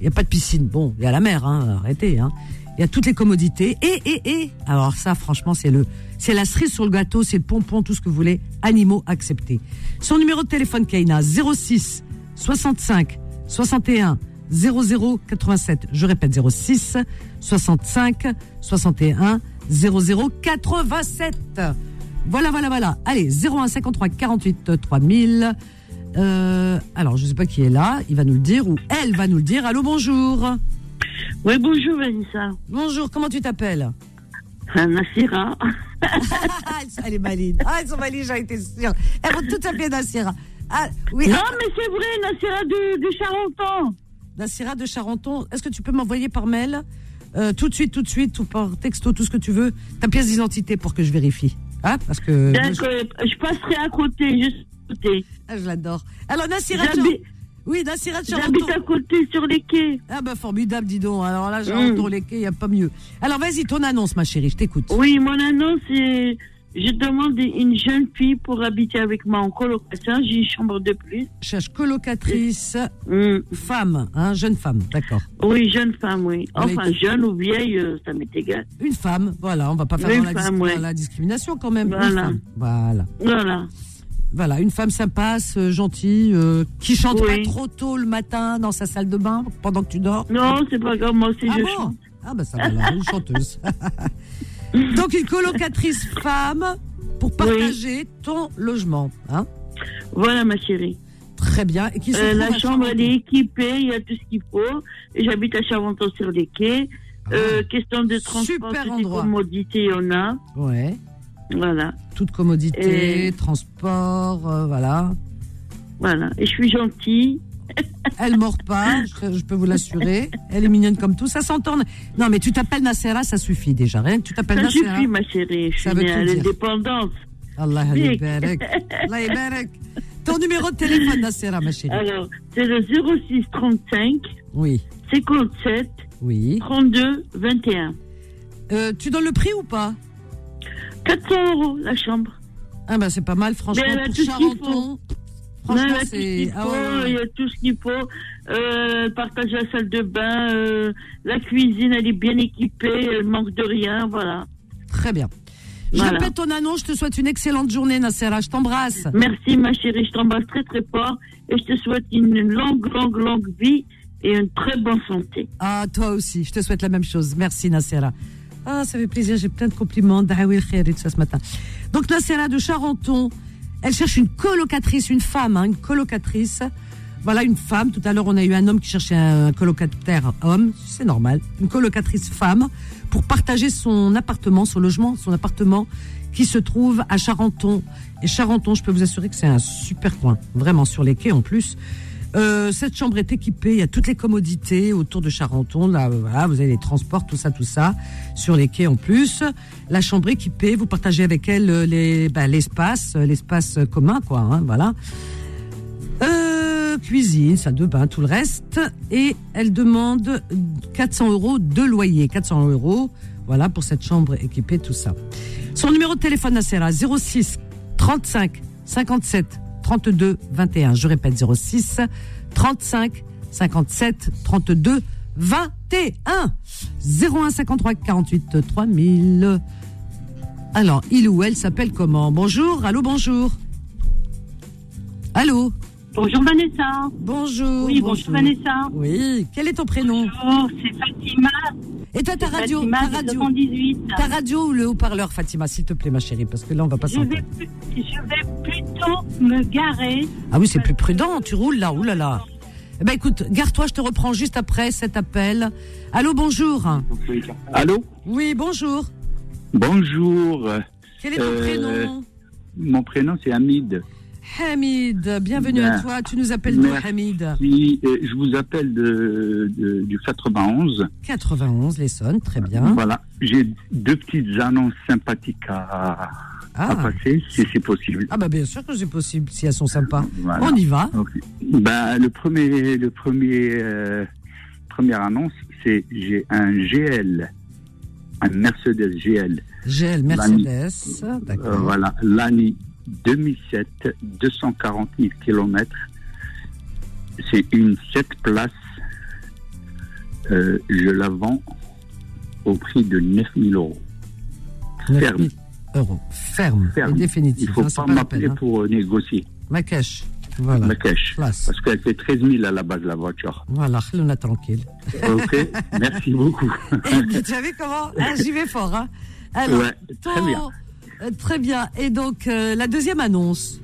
Speaker 1: Il n'y a pas de piscine. Bon, il y a la mer, hein, arrêtez. Hein. Il y a toutes les commodités. Et, et, et, alors ça, franchement, c'est le, c'est la cerise sur le gâteau, c'est le pompon, tout ce que vous voulez. Animaux acceptés. Son numéro de téléphone, Kaina, 06 65 61 00 87. Je répète, 06 65 61 00 87. Voilà, voilà, voilà. Allez, 01 53 48 3000. Euh, alors, je sais pas qui est là. Il va nous le dire ou elle va nous le dire. Allô, bonjour.
Speaker 6: Oui, bonjour, Vanessa.
Speaker 1: Bonjour, comment tu t'appelles
Speaker 6: Nassira.
Speaker 1: Elle est maligne. Ah, elles sont malignes, j'en étais sûre. Elles vont toutes s'appeler Nassira. Ah, oui.
Speaker 6: Non,
Speaker 1: mais c'est vrai, Nassira de, Charenton. Nassira de Charenton. Est-ce que tu peux m'envoyer par mail euh, tout de suite, tout de suite, ou par texto, tout ce que tu veux, ta pièce d'identité pour que je vérifie Hein Parce que.
Speaker 6: D'accord, Euh, je passerai à côté, juste à côté.
Speaker 1: Ah, je l'adore. Alors, Nassira,
Speaker 6: J'habite-
Speaker 1: tu- Oui, Nassira de Charenton.
Speaker 6: J'habite à côté sur les quais.
Speaker 1: Ah bah formidable, dis donc. Alors là,
Speaker 6: Mm.
Speaker 1: Charenton, les quais, il n'y a pas mieux. Alors vas-y, ton annonce, ma chérie, je t'écoute.
Speaker 6: Oui, mon annonce c'est je demande une jeune fille pour habiter avec moi en colocation. J'ai une chambre de plus. Hmm.
Speaker 1: Cherche colocatrice, femme, hein, jeune femme, d'accord.
Speaker 6: Oui, jeune femme, oui.
Speaker 1: Mais-
Speaker 6: Enfin, jeune ou vieille, euh, ça m'est égal.
Speaker 1: Une femme, voilà, on va pas faire
Speaker 6: Une
Speaker 1: dans la, dis-
Speaker 6: femme, ouais.
Speaker 1: dans la discrimination quand même. Une
Speaker 6: Voilà.
Speaker 1: femme, voilà.
Speaker 6: Voilà.
Speaker 1: Voilà, une femme sympa, euh, gentille, euh, qui chante
Speaker 6: Oui.
Speaker 1: pas trop tôt le matin dans sa salle de bain pendant que tu dors.
Speaker 6: Non, c'est pas grave, moi aussi
Speaker 1: ah
Speaker 6: je
Speaker 1: bon
Speaker 6: chante.
Speaker 1: Ah bah ça va, là, une chanteuse. Donc une colocatrice femme pour partager ton logement, hein
Speaker 6: Voilà, ma chérie.
Speaker 1: Très bien. Et qui se
Speaker 6: Euh,
Speaker 1: trouve
Speaker 6: la
Speaker 1: à
Speaker 6: chambre, elle est équipée, il y a tout ce qu'il faut. J'habite à Charenton sur les quais. Euh, question de transport,
Speaker 1: Ah. Super
Speaker 6: toutes les
Speaker 1: endroit.
Speaker 6: commodités, il y en a.
Speaker 1: Ouais.
Speaker 6: Voilà.
Speaker 1: Toute commodité,
Speaker 6: Et-
Speaker 1: transport, euh, voilà.
Speaker 6: Voilà. Et je suis gentille.
Speaker 1: Elle mord pas, je, je peux vous l'assurer. Elle est mignonne comme tout. Ça s'entend. Non, mais tu t'appelles Nassera, ça suffit déjà. Rien que tu t'appelles
Speaker 6: Ça
Speaker 1: Nassera.
Speaker 6: suffit, ma chérie. Je
Speaker 1: Ça
Speaker 6: suis
Speaker 1: veut
Speaker 6: née
Speaker 1: tout
Speaker 6: à
Speaker 1: dire.
Speaker 6: l'indépendance.
Speaker 1: Allah
Speaker 6: Big.
Speaker 1: yabarak. Allah yabarak. Ton numéro de téléphone, Nassera, ma chérie.
Speaker 6: Alors, c'est le 06 35
Speaker 1: Oui.
Speaker 6: 57
Speaker 1: oui. Euh,
Speaker 6: 32 21.
Speaker 1: tu donnes le prix ou pas
Speaker 6: 400 euros la chambre.
Speaker 1: Ah ben c'est pas mal, franchement.
Speaker 6: Mais elle a
Speaker 1: pour
Speaker 6: tout ce qu'il
Speaker 1: Charenton,
Speaker 6: faut.
Speaker 1: franchement,
Speaker 6: Non, elle a tout
Speaker 1: c'est-
Speaker 6: ce qu'il
Speaker 1: ah
Speaker 6: faut,
Speaker 1: ouais, ouais.
Speaker 6: Il y a tout ce qu'il faut. Euh, partage la salle de bain. euh, la cuisine, elle est bien équipée. Elle manque de rien. Voilà.
Speaker 1: Très bien. je
Speaker 6: Voilà.
Speaker 1: répète ton annonce. Je te souhaite une excellente journée, Nassera. Je t'embrasse.
Speaker 6: Merci, ma chérie. Je t'embrasse très, très fort. Et je te souhaite une longue, longue, longue vie et une très bonne santé.
Speaker 1: Ah, toi aussi, je te souhaite la même chose. Merci, Nassera. Ah, ça fait plaisir, j'ai plein de compliments. Dahawi Khair et tout ça ce matin. Donc, Nassera de Charenton, elle cherche une colocatrice, une femme, hein, une colocatrice. Voilà, une femme. Tout à l'heure, on a eu un homme qui cherchait un colocataire homme, c'est normal. Une colocatrice femme pour partager son appartement, son logement, son appartement qui se trouve à Charenton. Et Charenton, je peux vous assurer que c'est un super coin, vraiment sur les quais en plus. Euh, cette chambre est équipée, il y a toutes les commodités autour de Charenton. Là, euh, voilà, vous avez les transports, tout ça, tout ça, sur les quais en plus. La chambre équipée, vous partagez avec elle euh, les- bah, l'espace, euh, l'espace euh, commun, quoi. hein, voilà. Euh, cuisine, salle de bain, tout le reste. Et elle demande 400 euros de loyer. 400 euros, voilà, pour cette chambre équipée, tout ça. Son numéro de téléphone, Nassera, 06 35 57 32 21. Je répète, 06 35 57 32 21. 01 53 48 3000. Alors, il ou elle s'appelle comment Bonjour, allô, bonjour. Allô
Speaker 9: Bonjour Vanessa.
Speaker 1: Bonjour.
Speaker 9: Oui, bonjour, Vanessa.
Speaker 1: Oui, quel est ton prénom
Speaker 9: Bonjour, Oh, c'est Fatima.
Speaker 1: Et toi, ta
Speaker 9: C'est
Speaker 1: radio
Speaker 9: Fatima
Speaker 1: ta
Speaker 9: de
Speaker 1: radio,
Speaker 9: 78.
Speaker 1: ta radio ou le haut-parleur, Fatima, s'il te plaît, ma chérie, parce que là, on va pas
Speaker 9: Je
Speaker 1: s'entendre.
Speaker 9: vais, plus- je vais plutôt me garer.
Speaker 1: Ah oui, c'est plus prudent, tu roules là, oulala. Eh ben écoute, garde-toi, je te reprends juste après cet appel. Allô, bonjour.
Speaker 10: Allô
Speaker 1: Oui, bonjour.
Speaker 10: Bonjour.
Speaker 1: Quel est
Speaker 10: Euh,
Speaker 1: ton prénom
Speaker 10: Mon prénom, c'est Hamid.
Speaker 1: Hamid, bienvenue
Speaker 10: Bien.
Speaker 1: à toi. Tu nous appelles d'où,
Speaker 10: ben, Merci.
Speaker 1: Hamid
Speaker 10: Puis, euh, je vous appelle de, de- du 91.
Speaker 1: 91, l'Essonne, très bien.
Speaker 10: Voilà. J'ai deux petites annonces sympathiques à, à passer, si c'est possible.
Speaker 1: Ah bah bien sûr que c'est possible, si elles sont sympas.
Speaker 10: Voilà.
Speaker 1: Ah. On y va.
Speaker 10: Ok. Ben, le premier, le premier, euh, première annonce, c'est j'ai un GL, un Mercedes GL.
Speaker 1: GL Mercedes,
Speaker 10: Euh,
Speaker 1: d'accord.
Speaker 10: voilà, l'année 2007, 240 000 km. C'est une 7 places. Euh, je la vends au prix de 9 000 euros.
Speaker 1: 9 000
Speaker 10: Ferme.
Speaker 1: euros. Ferme.
Speaker 10: Ferme.
Speaker 1: Et définitif.
Speaker 10: Il faut
Speaker 1: hein, c'est
Speaker 10: pas
Speaker 1: pas la peine.
Speaker 10: m'appeler
Speaker 1: hein.
Speaker 10: pour euh, négocier.
Speaker 1: Makesh. Voilà.
Speaker 10: Makesh. Parce qu'elle fait 13 000 à la base, la voiture.
Speaker 1: Voilà, on a tranquille.
Speaker 10: OK Merci beaucoup.
Speaker 1: Et tu savais comment Ah, J'y vais fort. hein. Alors,
Speaker 10: Ouais, très
Speaker 1: ton-
Speaker 10: bien.
Speaker 1: euh, très bien. Et donc, euh, la deuxième annonce.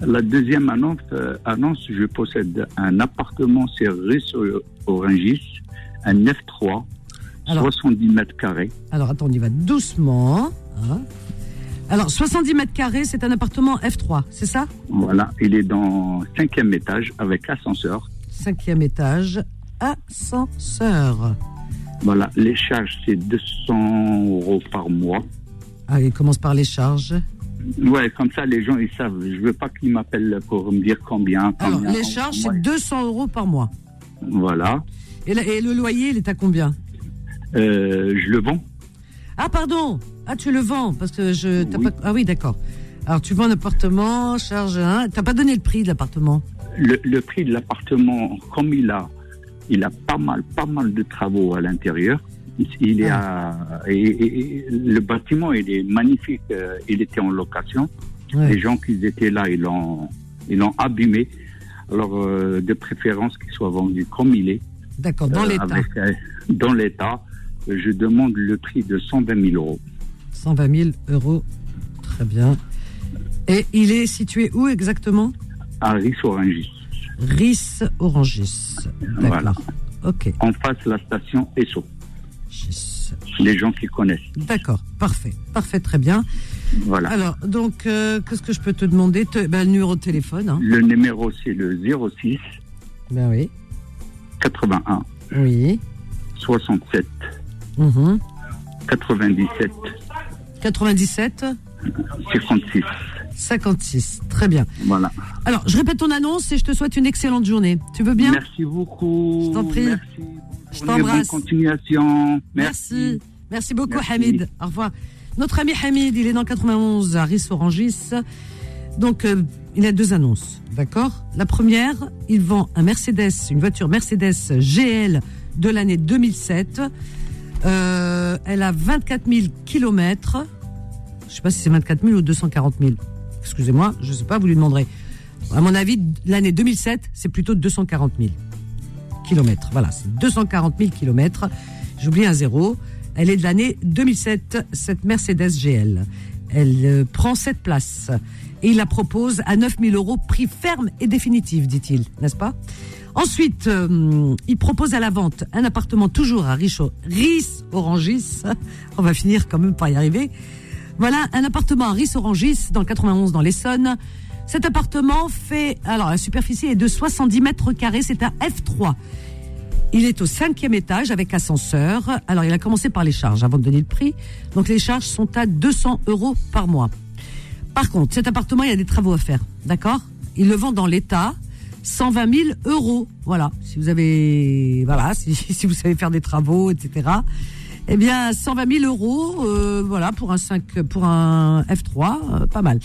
Speaker 10: La deuxième annonce, euh, annonce, je possède un appartement serré sur Orangis, un F3,
Speaker 1: Alors.
Speaker 10: 70 mètres carrés.
Speaker 1: Alors, attends, on y va doucement. hein. Alors, 70 mètres carrés, c'est un appartement F3, c'est ça
Speaker 10: Voilà, il est dans cinquième étage avec ascenseur.
Speaker 1: Cinquième étage, ascenseur.
Speaker 10: Voilà, les charges, c'est 200 euros par mois.
Speaker 1: Ah, il commence par les charges.
Speaker 10: Ouais, comme ça, les gens, ils savent. Je veux pas qu'ils m'appellent pour me dire combien.
Speaker 1: Alors,
Speaker 10: combien.
Speaker 1: les charges, c'est 200 euros par mois.
Speaker 10: Voilà,
Speaker 1: Et, la- et le loyer, il est à combien
Speaker 10: Euh, je le vends.
Speaker 1: Ah, pardon Ah, tu le vends Parce que je. t'as pas- ah oui, d'accord. Alors, tu vends un appartement, charge. Hein, T'as pas donné le prix de l'appartement
Speaker 10: Le, le prix de l'appartement, comme il a, il a pas mal, pas mal de travaux à l'intérieur. Il- Il est à- et, et- et le bâtiment, il est magnifique. Euh, Il était en location. Les gens qui étaient là, ils l'ont, ils l'ont abîmé. Alors, euh, de préférence qu'il soit vendu comme il est.
Speaker 1: D'accord, dans
Speaker 10: Euh,
Speaker 1: l'état.
Speaker 10: avec, euh, dans l'état, euh, je demande le prix de 120 000 euros.
Speaker 1: 120 000 euros. Très bien. Et il est situé où exactement
Speaker 10: À Rissorangis.
Speaker 1: Ris Orangis. D'accord.
Speaker 10: Voilà.
Speaker 1: Ok.
Speaker 10: En face, la station Esso. Les gens qui connaissent.
Speaker 1: D'accord, parfait, parfait, très bien.
Speaker 10: Voilà.
Speaker 1: Alors, donc, euh, qu'est-ce que je peux te demander Te- ben, Le numéro de téléphone. hein.
Speaker 10: Le numéro, c'est le 06
Speaker 1: Ben oui.
Speaker 10: 81
Speaker 1: Oui.
Speaker 10: 67
Speaker 1: Mhm.
Speaker 10: 97
Speaker 1: 97
Speaker 10: 56.
Speaker 1: 56. Très bien.
Speaker 10: Voilà.
Speaker 1: Alors, je répète ton annonce et je te souhaite une excellente journée. Tu veux bien
Speaker 10: Merci beaucoup.
Speaker 1: Je t'en prie.
Speaker 10: Merci.
Speaker 1: Je
Speaker 10: Bonne
Speaker 1: t'embrasse.
Speaker 10: continuation.
Speaker 1: Merci. Merci beaucoup,
Speaker 10: Merci.
Speaker 1: Hamid. Au revoir. Notre ami Hamid, il est dans 91 à Ris-Orangis. Donc, euh, il a deux annonces. D'accord La première, il vend un Mercedes, une voiture Mercedes GL de l'année 2007. Euh, elle a 24 000 kilomètres. Je sais pas si c'est 24 000 ou 240 000. Excusez-moi, je sais pas, vous lui demanderez. À mon avis, l'année 2007, c'est plutôt 240 000 kilomètres. Voilà, c'est 240 000 kilomètres. J'oublie un zéro. Elle est de l'année 2007, cette Mercedes GL. Elle euh, prend cette place et il la propose à 9 000 euros, prix ferme et définitif, dit-il, n'est-ce pas Ensuite, euh, il propose à la vente un appartement toujours à Richo- Ris-Orangis. On va finir quand même par y arriver. Voilà, un appartement à Ris-Orangis, dans le 91, dans l'Essonne. Cet appartement fait, alors la superficie est de 70 mètres carrés, c'est un F3. Il est au cinquième étage avec ascenseur. Alors, il a commencé par les charges avant de donner le prix. Donc, les charges sont à 200 euros par mois. Par contre, cet appartement, il y a des travaux à faire. D'accord Il le vend dans l'État. 120 000 euros. Voilà. Si vous avez, voilà, si, si vous savez faire des travaux, etc. Eh bien, 120 000 euros, euh, voilà, pour un 5, pour un F3, euh, pas mal.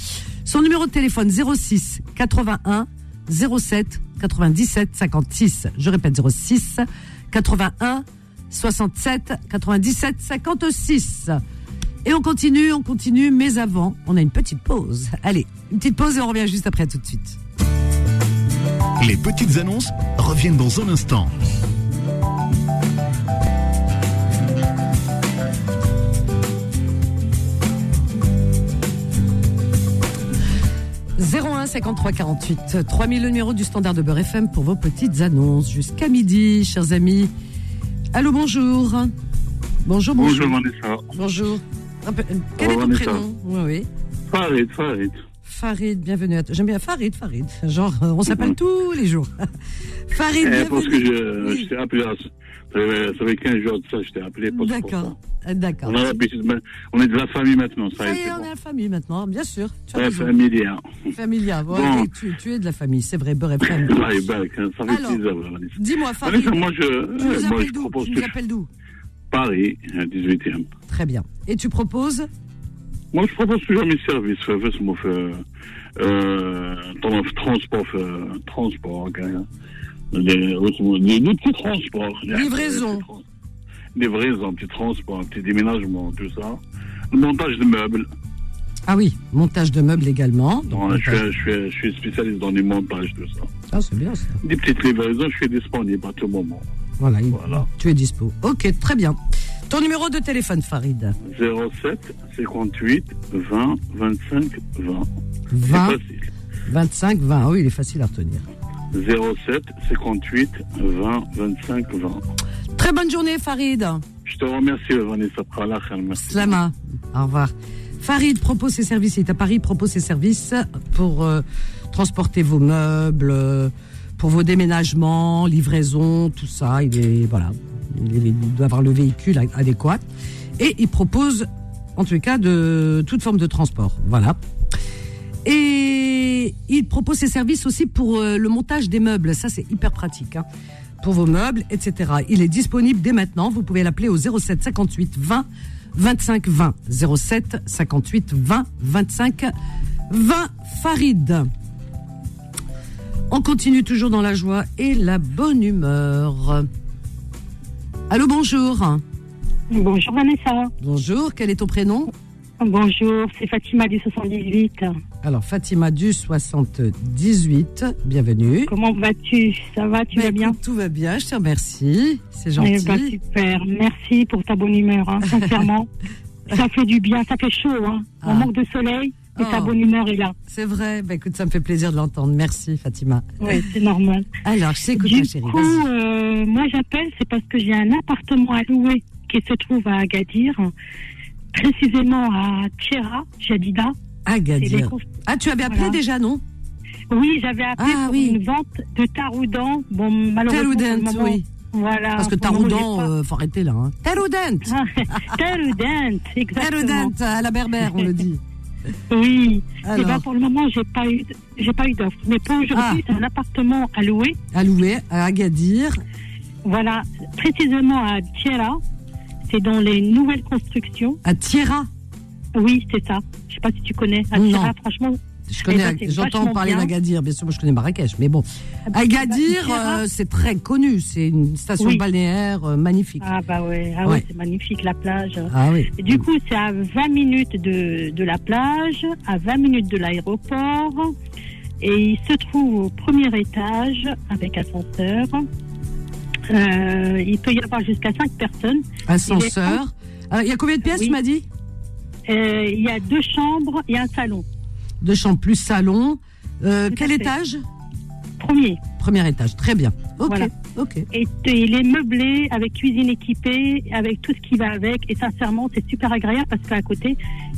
Speaker 1: Son numéro de téléphone, 06 81 07 97 56. Je répète, 06 81 67 97 56. Et on continue, on continue, mais avant, on a une petite pause. Allez, une petite pause et on revient juste après, à tout de suite.
Speaker 8: Les petites annonces reviennent dans un instant.
Speaker 1: 01 53 48 3000 le numéro du standard de Beurre FM pour vos petites annonces jusqu'à midi, chers amis. Allô, bonjour. Bonjour, bonjour.
Speaker 11: Bonjour Vanessa.
Speaker 1: Bonjour. Un peu- euh, Quel est ton
Speaker 11: Vanessa.
Speaker 1: prénom Oui, oui.
Speaker 11: Farid, Farid.
Speaker 1: Farid, bienvenue à toi. J'aime bien Farid, Farid. Genre, euh, on s'appelle tous les jours. Farid,
Speaker 11: Mm-hmm. Eh, parce que
Speaker 1: bienvenue.
Speaker 11: je, je t'ai appelé, à ce- euh, ça fait 15 jours de ça, je t'ai appelé. Pour
Speaker 1: D'accord, euh, d'accord.
Speaker 11: On, a l'habitude de- on est de la famille maintenant, ça
Speaker 1: Ça y
Speaker 11: y est.
Speaker 1: est, on est à la famille maintenant, bien sûr. Tu as
Speaker 11: La
Speaker 1: raison.
Speaker 11: famille, hein.
Speaker 1: Familia, ouais,
Speaker 11: Bon.
Speaker 1: t'es- tu, tu es de la famille, c'est vrai, Beurre FM.
Speaker 11: Là, il back, hein, ça fait
Speaker 1: Alors,
Speaker 11: 6 heures, Vanessa.
Speaker 1: Dis-moi, Farid,
Speaker 11: Vanessa, moi, je,
Speaker 1: tu nous
Speaker 11: euh, moi,
Speaker 1: appelles
Speaker 11: je
Speaker 1: d'où
Speaker 11: propose
Speaker 1: Tu
Speaker 11: que
Speaker 1: nous
Speaker 11: je-
Speaker 1: appelles d'où
Speaker 11: Paris, hein, 18e.
Speaker 1: Très bien. Et tu proposes
Speaker 11: Moi, je propose toujours mes services. Fait, fait, moi, fait, euh, ton transport, fait, transport, hein, les, autrement, les, les petits transports. les-
Speaker 1: Livraison.
Speaker 11: Livraison, petit transport, petit déménagement, tout ça. Le montage de meubles.
Speaker 1: Ah oui, montage de meubles également.
Speaker 11: Bon, je, suis, je, suis, je suis spécialiste dans les montages, tout ça.
Speaker 1: Ah, c'est bien ça.
Speaker 11: Des petites livraisons, je suis disponible à tout moment.
Speaker 1: Voilà, il-
Speaker 11: Voilà.
Speaker 1: tu es dispo. Ok, très bien. Ton numéro de téléphone, Farid
Speaker 11: 07 58 20 25 20.
Speaker 1: 20 25 20. Ah Oui, il est facile à retenir.
Speaker 11: 07 58 20 25 20.
Speaker 1: Très bonne journée, Farid.
Speaker 11: Je te remercie, Vanessa Pralach. Merci.
Speaker 1: Slama. Au revoir. Farid propose ses services. Il est à Paris, il propose ses services pour euh, transporter vos meubles, euh, pour vos déménagements, livraison, tout ça. Il est voilà, il, est- il doit avoir le véhicule a- adéquat et il propose en tout cas de toute forme de transport. Voilà. Et il propose ses services aussi pour euh, le montage des meubles. Ça, c'est hyper pratique. hein, Pour vos meubles, etc. Il est disponible dès maintenant. Vous pouvez l'appeler au 07 58 20 25 20. 07 58 20 25 20 Farid. On continue toujours dans la joie et la bonne humeur. Allô, bonjour.
Speaker 6: Bonjour Vanessa.
Speaker 1: Bonjour, quel est ton prénom
Speaker 6: Bonjour, c'est Fatima du 78.
Speaker 1: Alors, Fatima du 78, bienvenue.
Speaker 6: Comment vas-tu Ça va, tu
Speaker 1: vas bien Bah, Tout va bien, je te remercie. C'est gentil.
Speaker 6: Eh ben, super, merci pour ta bonne humeur, hein, sincèrement. ça fait du bien, ça fait chaud. Hein.
Speaker 1: Ah.
Speaker 6: On manque de soleil, mais ta
Speaker 1: Oh.
Speaker 6: bonne humeur est là.
Speaker 1: C'est vrai, bah, écoute, ça me fait plaisir de l'entendre. Merci, Fatima.
Speaker 6: Oui, c'est normal.
Speaker 1: Alors, je t'écoute, ma chérie. vas-y.
Speaker 6: Du coup, euh, moi j'appelle, c'est parce que j'ai un appartement à louer qui se trouve à Agadir, précisément à Tchera, Jadida.
Speaker 1: Agadir.
Speaker 6: C'est les cons-
Speaker 1: Ah, tu avais appelé
Speaker 6: Voilà.
Speaker 1: déjà, non
Speaker 6: Oui, j'avais appelé
Speaker 1: Ah,
Speaker 6: pour
Speaker 1: oui.
Speaker 6: une vente de Taroudan. Bon, malheureusement, pour le
Speaker 1: Taroudant,
Speaker 6: moment,
Speaker 1: oui.
Speaker 6: Voilà.
Speaker 1: Parce que
Speaker 6: pour le moment,
Speaker 1: Taroudan,
Speaker 6: j'ai pas-
Speaker 1: euh, faut arrêter là. Hein. Taroudant euh,
Speaker 6: Taroudant, exactement.
Speaker 1: Taroudant, à la berbère, on le dit.
Speaker 6: Oui.
Speaker 1: Alors. Ah.
Speaker 6: Eh ben, pour le moment, j'ai pas eu, j'ai pas eu d'offre. Mais pour aujourd'hui, c'est un appartement à louer.
Speaker 1: À louer, à Agadir.
Speaker 6: Voilà, précisément à Tierra. C'est dans les nouvelles constructions.
Speaker 1: À Tierra
Speaker 6: Oui, c'est ça. Je sais pas si tu connais. À
Speaker 1: Non.
Speaker 6: Tierra, franchement.
Speaker 1: Je
Speaker 6: eh
Speaker 1: connais,
Speaker 6: ben, c'est
Speaker 1: j'entends
Speaker 6: vachement
Speaker 1: parler
Speaker 6: bien.
Speaker 1: d'Agadir, bien sûr, moi je connais Marrakech, mais bon.
Speaker 6: bah,
Speaker 1: Agadir,
Speaker 6: Tierra.
Speaker 1: euh, c'est très connu, c'est une station
Speaker 6: Oui.
Speaker 1: balnéaire euh, magnifique.
Speaker 6: Ah bah ouais, ah
Speaker 1: Ouais.
Speaker 6: ouais, c'est magnifique la plage.
Speaker 1: Ah oui.
Speaker 6: Et Du coup, c'est à 20 minutes de, de la plage, à 20 minutes de l'aéroport. Et il se trouve au premier étage avec ascenseur. Euh, il peut y avoir jusqu'à 5 personnes.
Speaker 1: Ascenseur. Alors, Il y a combien de pièces, tu m'as dit
Speaker 6: Il est en- Euh, il y a deux chambres et un salon.
Speaker 1: Deux chambres plus salon. Euh, quel
Speaker 6: à fait.
Speaker 1: étage
Speaker 6: Premier.
Speaker 1: Premier étage, très bien. Ok.
Speaker 6: Voilà. Euh, Et t- il est meublé avec cuisine équipée, avec tout ce qui va avec. Et sincèrement, c'est super agréable parce qu'à côté,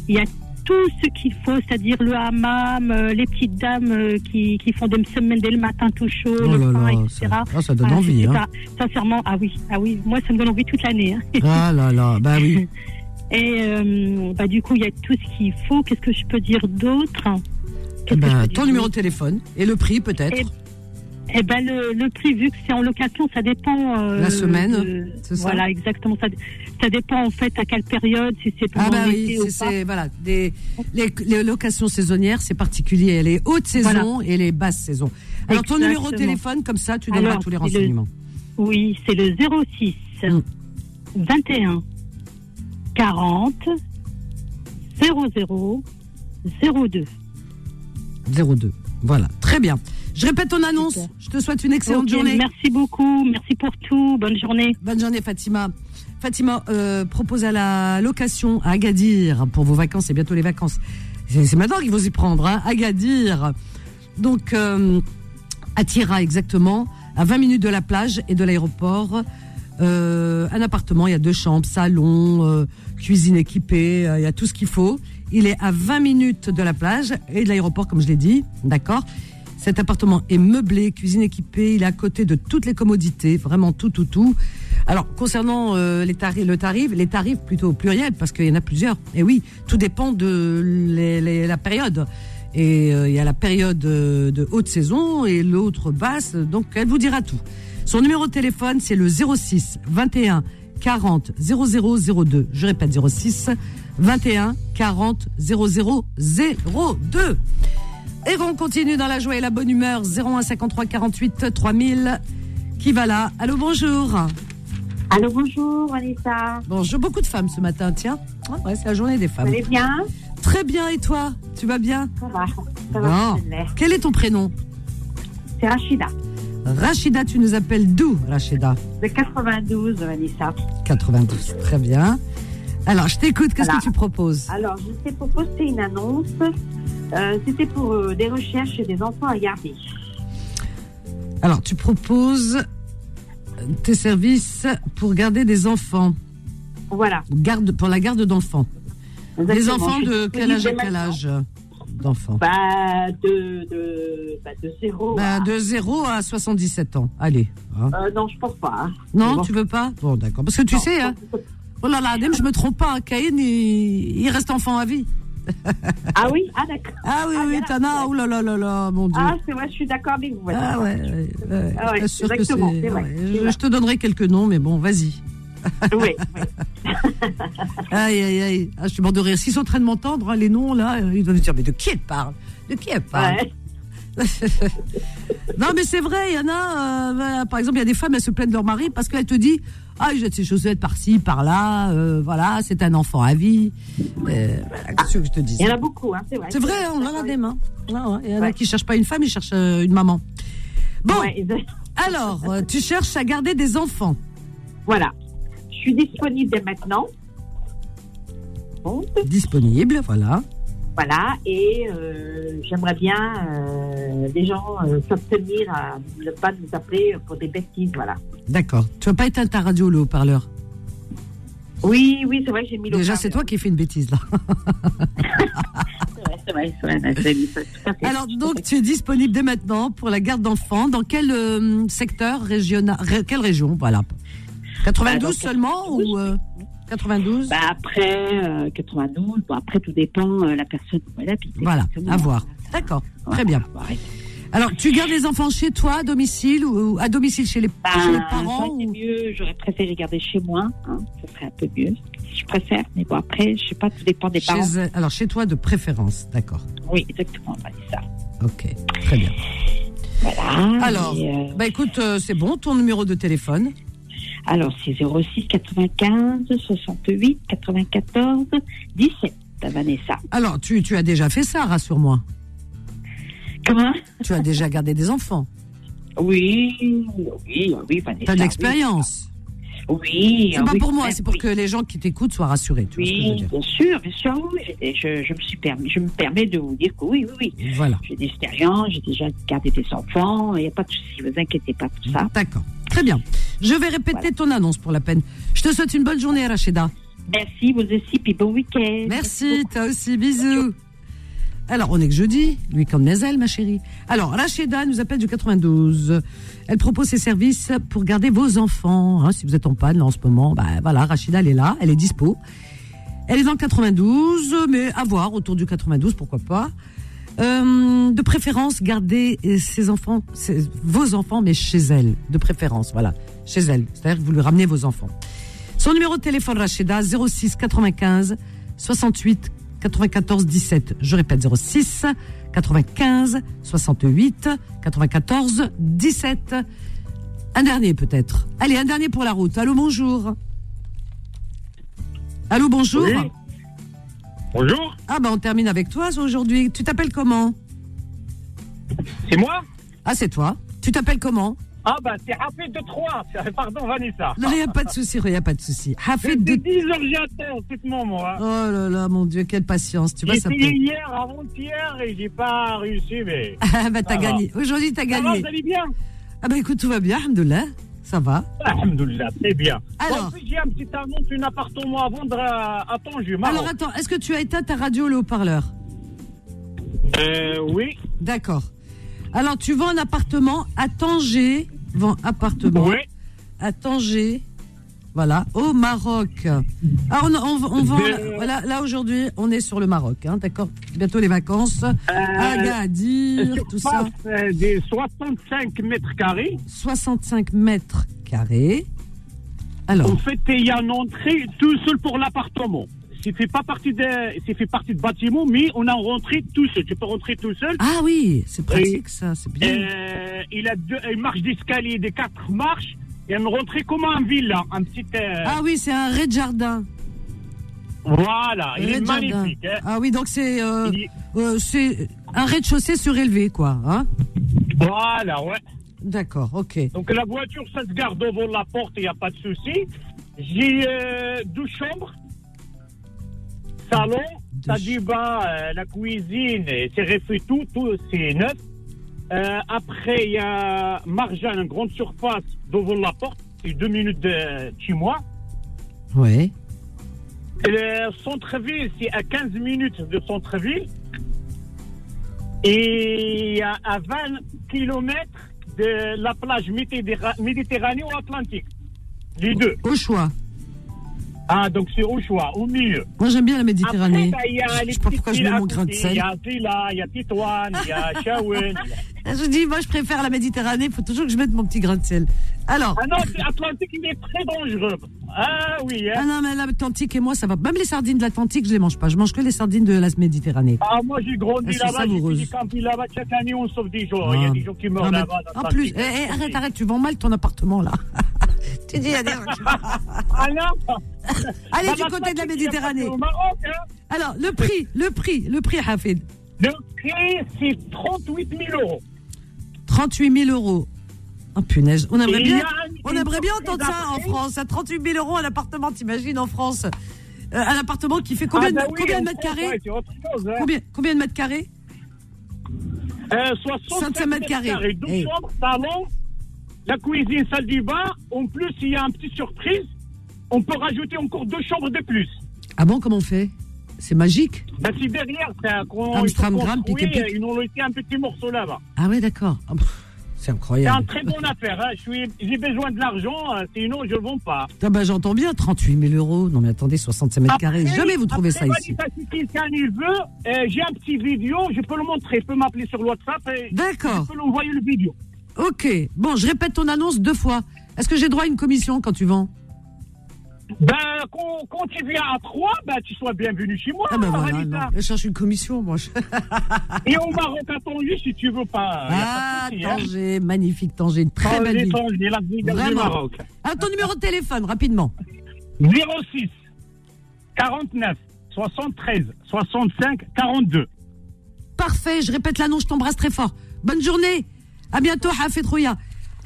Speaker 6: il y a tout ce qu'il faut, c'est-à-dire le hammam, euh, les petites dames euh, qui, qui font des semaines dès le matin tout chaud,
Speaker 1: Oh là
Speaker 6: le pain,
Speaker 1: là,
Speaker 6: etc.
Speaker 1: ça- ah, ça donne envie,
Speaker 6: c'est
Speaker 1: hein.
Speaker 6: ça. Sincèrement, ah oui, ah oui, moi ça me donne envie toute l'année. hein.
Speaker 1: Ah là là, bah oui.
Speaker 6: Et euh, bah, du coup, il y a tout ce qu'il faut. Qu'est-ce que je peux dire d'autre
Speaker 1: Eh ben, ton numéro de téléphone et le prix peut-être.
Speaker 6: Eh ben le, le prix, vu que c'est en location, ça dépend. euh,
Speaker 1: La semaine,
Speaker 6: de-
Speaker 1: c'est ça
Speaker 6: Voilà, exactement. Ça, ça dépend en fait à quelle période, si c'est pendant
Speaker 1: Ah bah oui,
Speaker 6: l'été ou
Speaker 1: c'est-
Speaker 6: pas.
Speaker 1: c'est voilà, des les, les locations saisonnières, c'est particulier, les hautes saisons et les basses saisons. Alors ton numéro de
Speaker 6: Exactement.
Speaker 1: téléphone comme ça, tu donneras
Speaker 6: Alors,
Speaker 1: tous les
Speaker 6: c'est le-
Speaker 1: renseignements.
Speaker 6: Oui, c'est le 06
Speaker 1: Mm.
Speaker 6: 21 40 00 02.
Speaker 1: 02. Voilà, très bien. Je répète ton annonce. Je te souhaite une excellente
Speaker 6: Ok,
Speaker 1: journée.
Speaker 6: Merci beaucoup, merci pour tout. Bonne journée.
Speaker 1: Bonne journée, Fatima. Fatima euh, propose à la location à Agadir pour vos vacances et bientôt les vacances. C'est c'est maintenant qu'il faut s'y prendre, hein, Agadir. Donc, euh, à Tira exactement, à 20 minutes de la plage et de l'aéroport. Euh, un appartement, il y a deux chambres, salon, euh, cuisine équipée, euh, il y a tout ce qu'il faut. Il est à 20 minutes de la plage et de l'aéroport, comme je l'ai dit, d'accord Cet appartement est meublé, cuisine équipée, il est à côté de toutes les commodités, vraiment tout, tout, tout. Alors, concernant euh, les tarifs, le tarif, les tarifs plutôt au pluriel, parce qu'il y en a plusieurs, et oui, tout dépend de les- les- la période. Et euh, il y a la période euh, de haute saison et l'autre basse, donc elle vous dira tout. Son numéro de téléphone, c'est le 06 21 40 0002. Je répète, 06 21 40 0002. Et on continue dans la joie et la bonne humeur. 01 53 48 3000. Qui va là Allô, bonjour.
Speaker 6: Allô, bonjour, Anita.
Speaker 1: Bonjour, beaucoup de femmes ce matin, tiens. Ah ouais, c'est la journée des femmes.
Speaker 6: Vous allez bien
Speaker 1: Très bien, et toi Tu vas bien
Speaker 6: Ça va. Ça
Speaker 1: Bon.
Speaker 6: va, je l'ai.
Speaker 1: Quel est ton prénom
Speaker 6: C'est Rachida,
Speaker 1: Rachida, tu nous appelles d'où, Rachida
Speaker 6: de 92, Vanessa.
Speaker 1: 92, très bien. Alors, je t'écoute, qu'est-ce
Speaker 6: Voilà.
Speaker 1: que tu proposes
Speaker 6: Alors, je sais pour poster une annonce. Euh, C'était pour euh, des recherches et des enfants à garder.
Speaker 1: Alors, tu proposes tes services pour garder des enfants.
Speaker 6: Voilà.
Speaker 1: Garde, pour la garde d'enfants. Les
Speaker 6: Exactement.
Speaker 1: enfants
Speaker 6: Je suis
Speaker 1: de quel âge à
Speaker 6: disponible
Speaker 1: quel
Speaker 6: maintenant.
Speaker 1: âge euh, d'enfants
Speaker 6: bah, de, de, bah, de zéro.
Speaker 1: Bah,
Speaker 6: à-
Speaker 1: De 0 à 77 ans. Allez. hein.
Speaker 6: Euh, non, je pense pas. hein.
Speaker 1: Non,
Speaker 6: Bon.
Speaker 1: tu veux pas Bon, d'accord. Parce que tu
Speaker 6: Non.
Speaker 1: sais, hein, oh là là, même je me trompe pas, hein, Caïn, il, il reste enfant à vie.
Speaker 6: Ah oui Ah, d'accord.
Speaker 1: Ah oui, oui, t'en as, oh là là là là, mon Dieu.
Speaker 6: Ah, c'est vrai, je suis d'accord avec vous. Vanessa.
Speaker 1: Ah ouais, ouais, ouais,
Speaker 6: Ah ouais,
Speaker 1: je t'assure que
Speaker 6: exactement,
Speaker 1: c'est-
Speaker 6: c'est vrai,
Speaker 1: ouais,
Speaker 6: c'est
Speaker 1: je,
Speaker 6: vrai.
Speaker 1: je te donnerai quelques noms, mais bon, vas-y.
Speaker 6: Oui.
Speaker 1: aïe, aïe, aïe. Ah, je suis mort de rire. S'ils sont en train de m'entendre, hein, les noms, là, euh, ils doivent me dire Mais de qui elle parle De qui elle parle Non, mais c'est vrai, il y en a. euh, voilà, par exemple, il y a des femmes, elles se plaignent de leur mari parce qu'elles te disent Ah, il jette ses chaussettes par-ci, par-là, euh, voilà, c'est un enfant à vie. Euh, voilà, qu'est-ce que je te dis
Speaker 6: Il y en a beaucoup, hein, c'est vrai.
Speaker 1: C'est vrai, hein, on en a des mains. Ouais, ouais, Il y en a qui cherchent pas une femme, ils cherchent euh, une maman. Bon, alors, euh, tu cherches à garder des enfants.
Speaker 6: Voilà. Je suis disponible dès maintenant.
Speaker 1: Disponible, voilà.
Speaker 6: Voilà, et euh, j'aimerais bien euh, les gens euh, s'obtenir à ne pas nous appeler pour des bêtises, voilà.
Speaker 1: D'accord. Tu vas pas éteindre ta radio, le haut-parleur.
Speaker 6: Oui, oui, c'est vrai que j'ai mis le
Speaker 1: Déjà, c'est toi qui fais une bêtise, là.
Speaker 6: C'est vrai, c'est vrai, c'est vrai, tout à fait.
Speaker 1: Alors, donc, tu es disponible dès maintenant pour la garde d'enfants. Dans quel euh, secteur régional ré- Quelle région Voilà. 92
Speaker 6: Bah, dans
Speaker 1: seulement ou euh, 92
Speaker 6: Bah, après euh, 92, bon, après tout dépend euh, la personne où elle habite.
Speaker 1: Voilà,
Speaker 6: exactement.
Speaker 1: à voir. D'accord, très bien. Alors, tu gardes les enfants chez toi, à domicile ou ou à domicile chez les,
Speaker 6: Bah,
Speaker 1: chez les
Speaker 6: ça,
Speaker 1: parents
Speaker 6: c'est mieux, j'aurais préféré garder chez moi, hein, ce serait un peu mieux. Je préfère, mais bon, après, je sais pas, tout dépend des
Speaker 1: Chez
Speaker 6: parents.
Speaker 1: eux- Alors, chez toi de préférence, d'accord.
Speaker 6: Oui, exactement, bah, c'est ça.
Speaker 1: Ok, très bien.
Speaker 6: Voilà,
Speaker 1: Alors,
Speaker 6: et, euh,
Speaker 1: bah écoute, euh, c'est bon, ton numéro de téléphone.
Speaker 6: Alors, c'est 06 95 68 94 17, Vanessa.
Speaker 1: Alors, tu, tu as déjà fait ça, rassure-moi.
Speaker 6: Comment
Speaker 1: Tu as déjà gardé des enfants.
Speaker 6: Oui, oui, Ah oui, Vanessa.
Speaker 1: T'as de l'expérience.
Speaker 6: Oui. ah
Speaker 1: C'est pas
Speaker 6: oui,
Speaker 1: pour
Speaker 6: quand
Speaker 1: moi,
Speaker 6: même,
Speaker 1: c'est pour que les gens qui t'écoutent soient rassurés. Tu vois ce que je veux
Speaker 6: Oui,
Speaker 1: dire.
Speaker 6: bien sûr, bien sûr, oui. Et Je, je me suis permis, je me permets de vous dire que oui, oui,
Speaker 1: oui. Voilà.
Speaker 6: J'ai de l'expérience, j'ai déjà gardé des enfants, il n'y a pas de souci, vous inquiétez pas pour ça.
Speaker 1: D'accord. Très bien. Je vais répéter ton annonce pour la peine. Je te souhaite une bonne journée, Rachida.
Speaker 6: Merci, vous aussi, puis bon week-end.
Speaker 1: Merci, toi aussi, bisous. Alors, on est que jeudi, lui comme Nazel, ma chérie. Alors, Rachida nous appelle du 92. Elle propose ses services pour garder vos enfants. hein. si vous êtes en panne là, en ce moment, bah, voilà, Rachida, elle est là, elle est dispo. Elle est dans le 92, mais à voir, autour du 92, pourquoi pas. Euh, de préférence, gardez ses enfants, ses- vos enfants, mais chez elle. De préférence, voilà, chez elle. C'est-à-dire que vous lui ramenez vos enfants. Son numéro de téléphone, Rachida, 06 95 68 94 17. Je répète, 06 95 68 94 17. Un dernier peut-être. Allez, un dernier pour la route. Allô, bonjour. Allô, bonjour.
Speaker 12: Oui. Bonjour.
Speaker 1: Ah bah on termine avec toi aujourd'hui. Tu t'appelles comment
Speaker 12: C'est moi
Speaker 1: Ah c'est toi. Tu t'appelles comment
Speaker 13: Ah bah c'est Hafid de Troyes. Pardon Vanessa.
Speaker 1: Non, il n'y a pas de souci, il n'y a pas de souci. Hafid de...
Speaker 13: Depuis 10 heures j'attends, c'est hein. moi moi.
Speaker 1: Oh là là, mon Dieu, quelle patience. Tu vois,
Speaker 13: J'ai
Speaker 1: Bah, ça peut...
Speaker 13: essayé hier, avant-hier et j'ai pas réussi mais.
Speaker 1: Ah bah
Speaker 13: Ça
Speaker 1: t'as
Speaker 13: va.
Speaker 1: gagné. Aujourd'hui t'as
Speaker 13: Ça
Speaker 1: gagné.
Speaker 13: va, vous allez bien
Speaker 1: Ah bah écoute, tout va bien, Alhamdoulilah. Ça va.
Speaker 13: Alhamdoulilah, c'est bien.
Speaker 1: Alors.
Speaker 13: En plus j'ai un petit annonce, un appartement à vendre à, à Tangier. Maroc.
Speaker 1: Alors attends, est-ce que tu as éteint ta radio le haut-parleur
Speaker 13: Euh, oui.
Speaker 1: D'accord. Alors tu vends un appartement à Tanger, vends appartement
Speaker 13: Oui.
Speaker 1: à Tanger. Voilà, au Maroc. Alors on, on- on vend
Speaker 13: De-
Speaker 1: voilà, là aujourd'hui, on est sur le Maroc, hein, d'accord. Bientôt les vacances,
Speaker 13: Euh,
Speaker 1: Agadir,
Speaker 13: Sur
Speaker 1: tout ça.
Speaker 13: place, euh, des 65 mètres carrés.
Speaker 1: 65 mètres carrés. Alors.
Speaker 13: En fait, il y a une entrée tout seul pour l'appartement. C'est fait pas partie de, c'est fait partie de bâtiment, mais on a rentré tout seul. Tu peux rentrer tout seul.
Speaker 1: Ah oui, c'est pratique ça, c'est bien.
Speaker 13: Euh, il a deux, une marche d'escalier de quatre marches et une rentrée comme un villa, un petit. euh,
Speaker 1: Ah oui, c'est un rez-de-jardin.
Speaker 13: Voilà, Ah, il est
Speaker 1: Rez-de-jardin.
Speaker 13: magnifique. hein.
Speaker 1: Ah oui, donc c'est euh, euh, c'est un rez-de-chaussée surélevé, quoi. Hein
Speaker 13: Voilà, ouais.
Speaker 1: D'accord, ok.
Speaker 13: Donc la voiture, ça se garde devant la porte, il n'y a pas de souci. J'ai euh, deux chambres, salon, ça du bain, euh, la cuisine, et c'est refait tout, tout c'est neuf. Euh, après, il y a Marjan, une grande surface devant la porte, c'est deux minutes de chez moi.
Speaker 1: Oui.
Speaker 13: Et Le centre-ville, c'est à 15 minutes de centre-ville. Et à, à 20 km de la plage Méditerra- Méditerranée ou Atlantique. Les deux.
Speaker 1: Au choix.
Speaker 13: Ah, donc c'est au choix, au milieu.
Speaker 1: Moi, j'aime bien la
Speaker 13: Après,
Speaker 1: Méditerranée.
Speaker 13: bah, il y a
Speaker 1: je
Speaker 13: les
Speaker 1: sais pas pourquoi
Speaker 13: petites
Speaker 1: je
Speaker 13: villes
Speaker 1: mets
Speaker 13: à
Speaker 1: mon grain de
Speaker 13: côté.
Speaker 1: sel.
Speaker 13: Il y a Zila, il y a Titoine, il y a Shawen. bah,
Speaker 1: Je dis, moi, je préfère la Méditerranée. Il faut toujours que je mette mon petit grain de sel. Alors.
Speaker 13: Ah non, c'est Atlantique, il est très dangereux. Ah oui,
Speaker 1: Ah
Speaker 13: hein.
Speaker 1: non, mais l'Atlantique et moi, ça va. Même les sardines de l'Atlantique, je les mange pas. Je mange que les sardines de la Méditerranée.
Speaker 13: Ah, moi j'ai
Speaker 1: Elles
Speaker 13: grandi
Speaker 1: sont
Speaker 13: là-bas, j'ai fait
Speaker 1: savoureuses.
Speaker 13: des campings là-bas, chaque année on sauve des gens. Il y a
Speaker 1: Ah.
Speaker 13: des gens qui meurent
Speaker 1: Non, mais-
Speaker 13: là-bas. dans
Speaker 1: En
Speaker 13: le
Speaker 1: plus,
Speaker 13: Pacifique.
Speaker 1: eh, eh, arrête, arrête, tu vends mal ton appartement là. tu dis, allez,
Speaker 13: Ah
Speaker 1: allez du côté de la Méditerranée.
Speaker 13: hein,
Speaker 1: Alors, le prix, le prix, le prix, Hafid.
Speaker 13: Le prix, c'est 38 000 euros.
Speaker 1: 38 000 euros. Oh punaise, on aimerait
Speaker 13: Et il
Speaker 1: bien,
Speaker 13: y a un-
Speaker 1: on
Speaker 13: une
Speaker 1: aimerait bien
Speaker 13: surprise
Speaker 1: entendre ça hein. en
Speaker 13: après.
Speaker 1: France. À 38 000 euros, un appartement, t'imagines, en France. Euh, un appartement qui fait combien,
Speaker 13: Ah bah
Speaker 1: de,
Speaker 13: oui,
Speaker 1: combien de
Speaker 13: en
Speaker 1: mètres
Speaker 13: France,
Speaker 1: carrés
Speaker 13: ouais, c'est autre chose, hein.
Speaker 1: combien, combien de mètres carrés
Speaker 13: Euh, 65 mètres carrés. Deux
Speaker 1: Eh.
Speaker 13: chambres, salon, la cuisine, salle du bain. En plus, il y a une petite surprise. On peut rajouter encore deux chambres de plus.
Speaker 1: Ah bon, comment on fait C'est magique
Speaker 13: Bah, c'est derrière, c'est un con.
Speaker 1: Amstram,
Speaker 13: ils ont
Speaker 1: Gram,
Speaker 13: construit,
Speaker 1: piqué, piqué.
Speaker 13: euh, Ils ont laissé un petit morceau là-bas.
Speaker 1: Ah ouais, d'accord. Ah, pff, c'est
Speaker 13: C'est un
Speaker 1: incroyable.
Speaker 13: très bon affaire. hein. Je suis- J'ai besoin de l'argent, euh, sinon je ne vends pas.
Speaker 1: Ah bah, J'entends bien, 38 000 euros. Non mais attendez, 65 mètres carrés, jamais vous trouvez ça
Speaker 13: après,
Speaker 1: ici.
Speaker 13: Vanessa, Si quelqu'un il veut, euh, j'ai un petit vidéo, je peux le montrer. Il peut m'appeler sur le WhatsApp et
Speaker 1: D'accord.
Speaker 13: je peux l'envoyer le vidéo.
Speaker 1: Ok, bon, je répète ton annonce deux fois. Est-ce que j'ai droit à une commission quand tu vends
Speaker 13: Ben, quand, quand tu viens à Troyes, ben, tu sois bienvenu chez moi.
Speaker 1: Ah ben voilà,
Speaker 13: Vanessa.
Speaker 1: non. je cherche une commission, moi. je-
Speaker 13: Et au Maroc à Tanger, si tu veux pas. y a
Speaker 1: Ah,
Speaker 13: pas de souci, hein.
Speaker 1: Tanger, magnifique Tanger, une très
Speaker 13: Tanger,
Speaker 1: belle ville.
Speaker 13: Tanger, la ville du
Speaker 1: Vraiment.
Speaker 13: Maroc.
Speaker 1: Ah, ton numéro de téléphone, rapidement.
Speaker 13: 06 49 73 65 42.
Speaker 1: Parfait, je répète l'annonce, je t'embrasse très fort. Bonne journée. À bientôt, Hafid Rouya.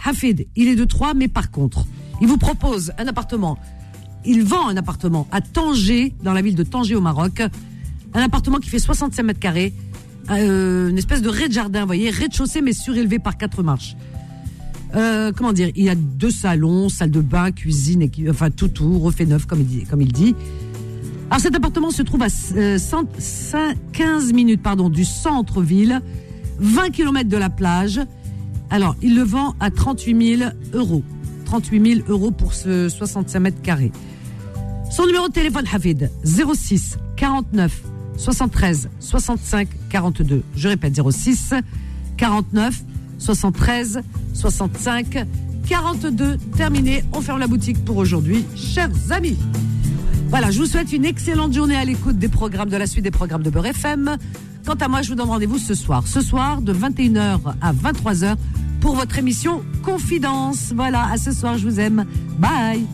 Speaker 1: Hafid, il est de Troyes, mais par contre, il vous propose un appartement. Il vend un appartement à Tanger, dans la ville de Tanger au Maroc. Un appartement qui fait 65 mètres carrés. Euh, une espèce de rez-de-jardin, vous voyez, rez-de-chaussée, mais surélevé par quatre marches. Euh, comment dire, il y a deux salons, salle de bain, cuisine, et qui- enfin tout, tout, refait neuf, comme il dit. Comme il dit. Alors cet appartement se trouve à euh, cent- cin- 15 minutes pardon, du centre-ville, 20 km de la plage. Alors il le vend à 38 000 euros. 38 000 euros pour ce 65 mètres carrés. Son numéro de téléphone, Hafid, 06 49 73 65 42. Je répète, 06 49 73 65 42. Terminé, on ferme la boutique pour aujourd'hui, chers amis. Voilà, je vous souhaite une excellente journée à l'écoute des programmes de la suite des programmes de Beurre FM. Quant à moi, je vous donne rendez-vous ce soir. Ce soir, de 21h à 23h, pour votre émission Confidence. Voilà, à ce soir, je vous aime. Bye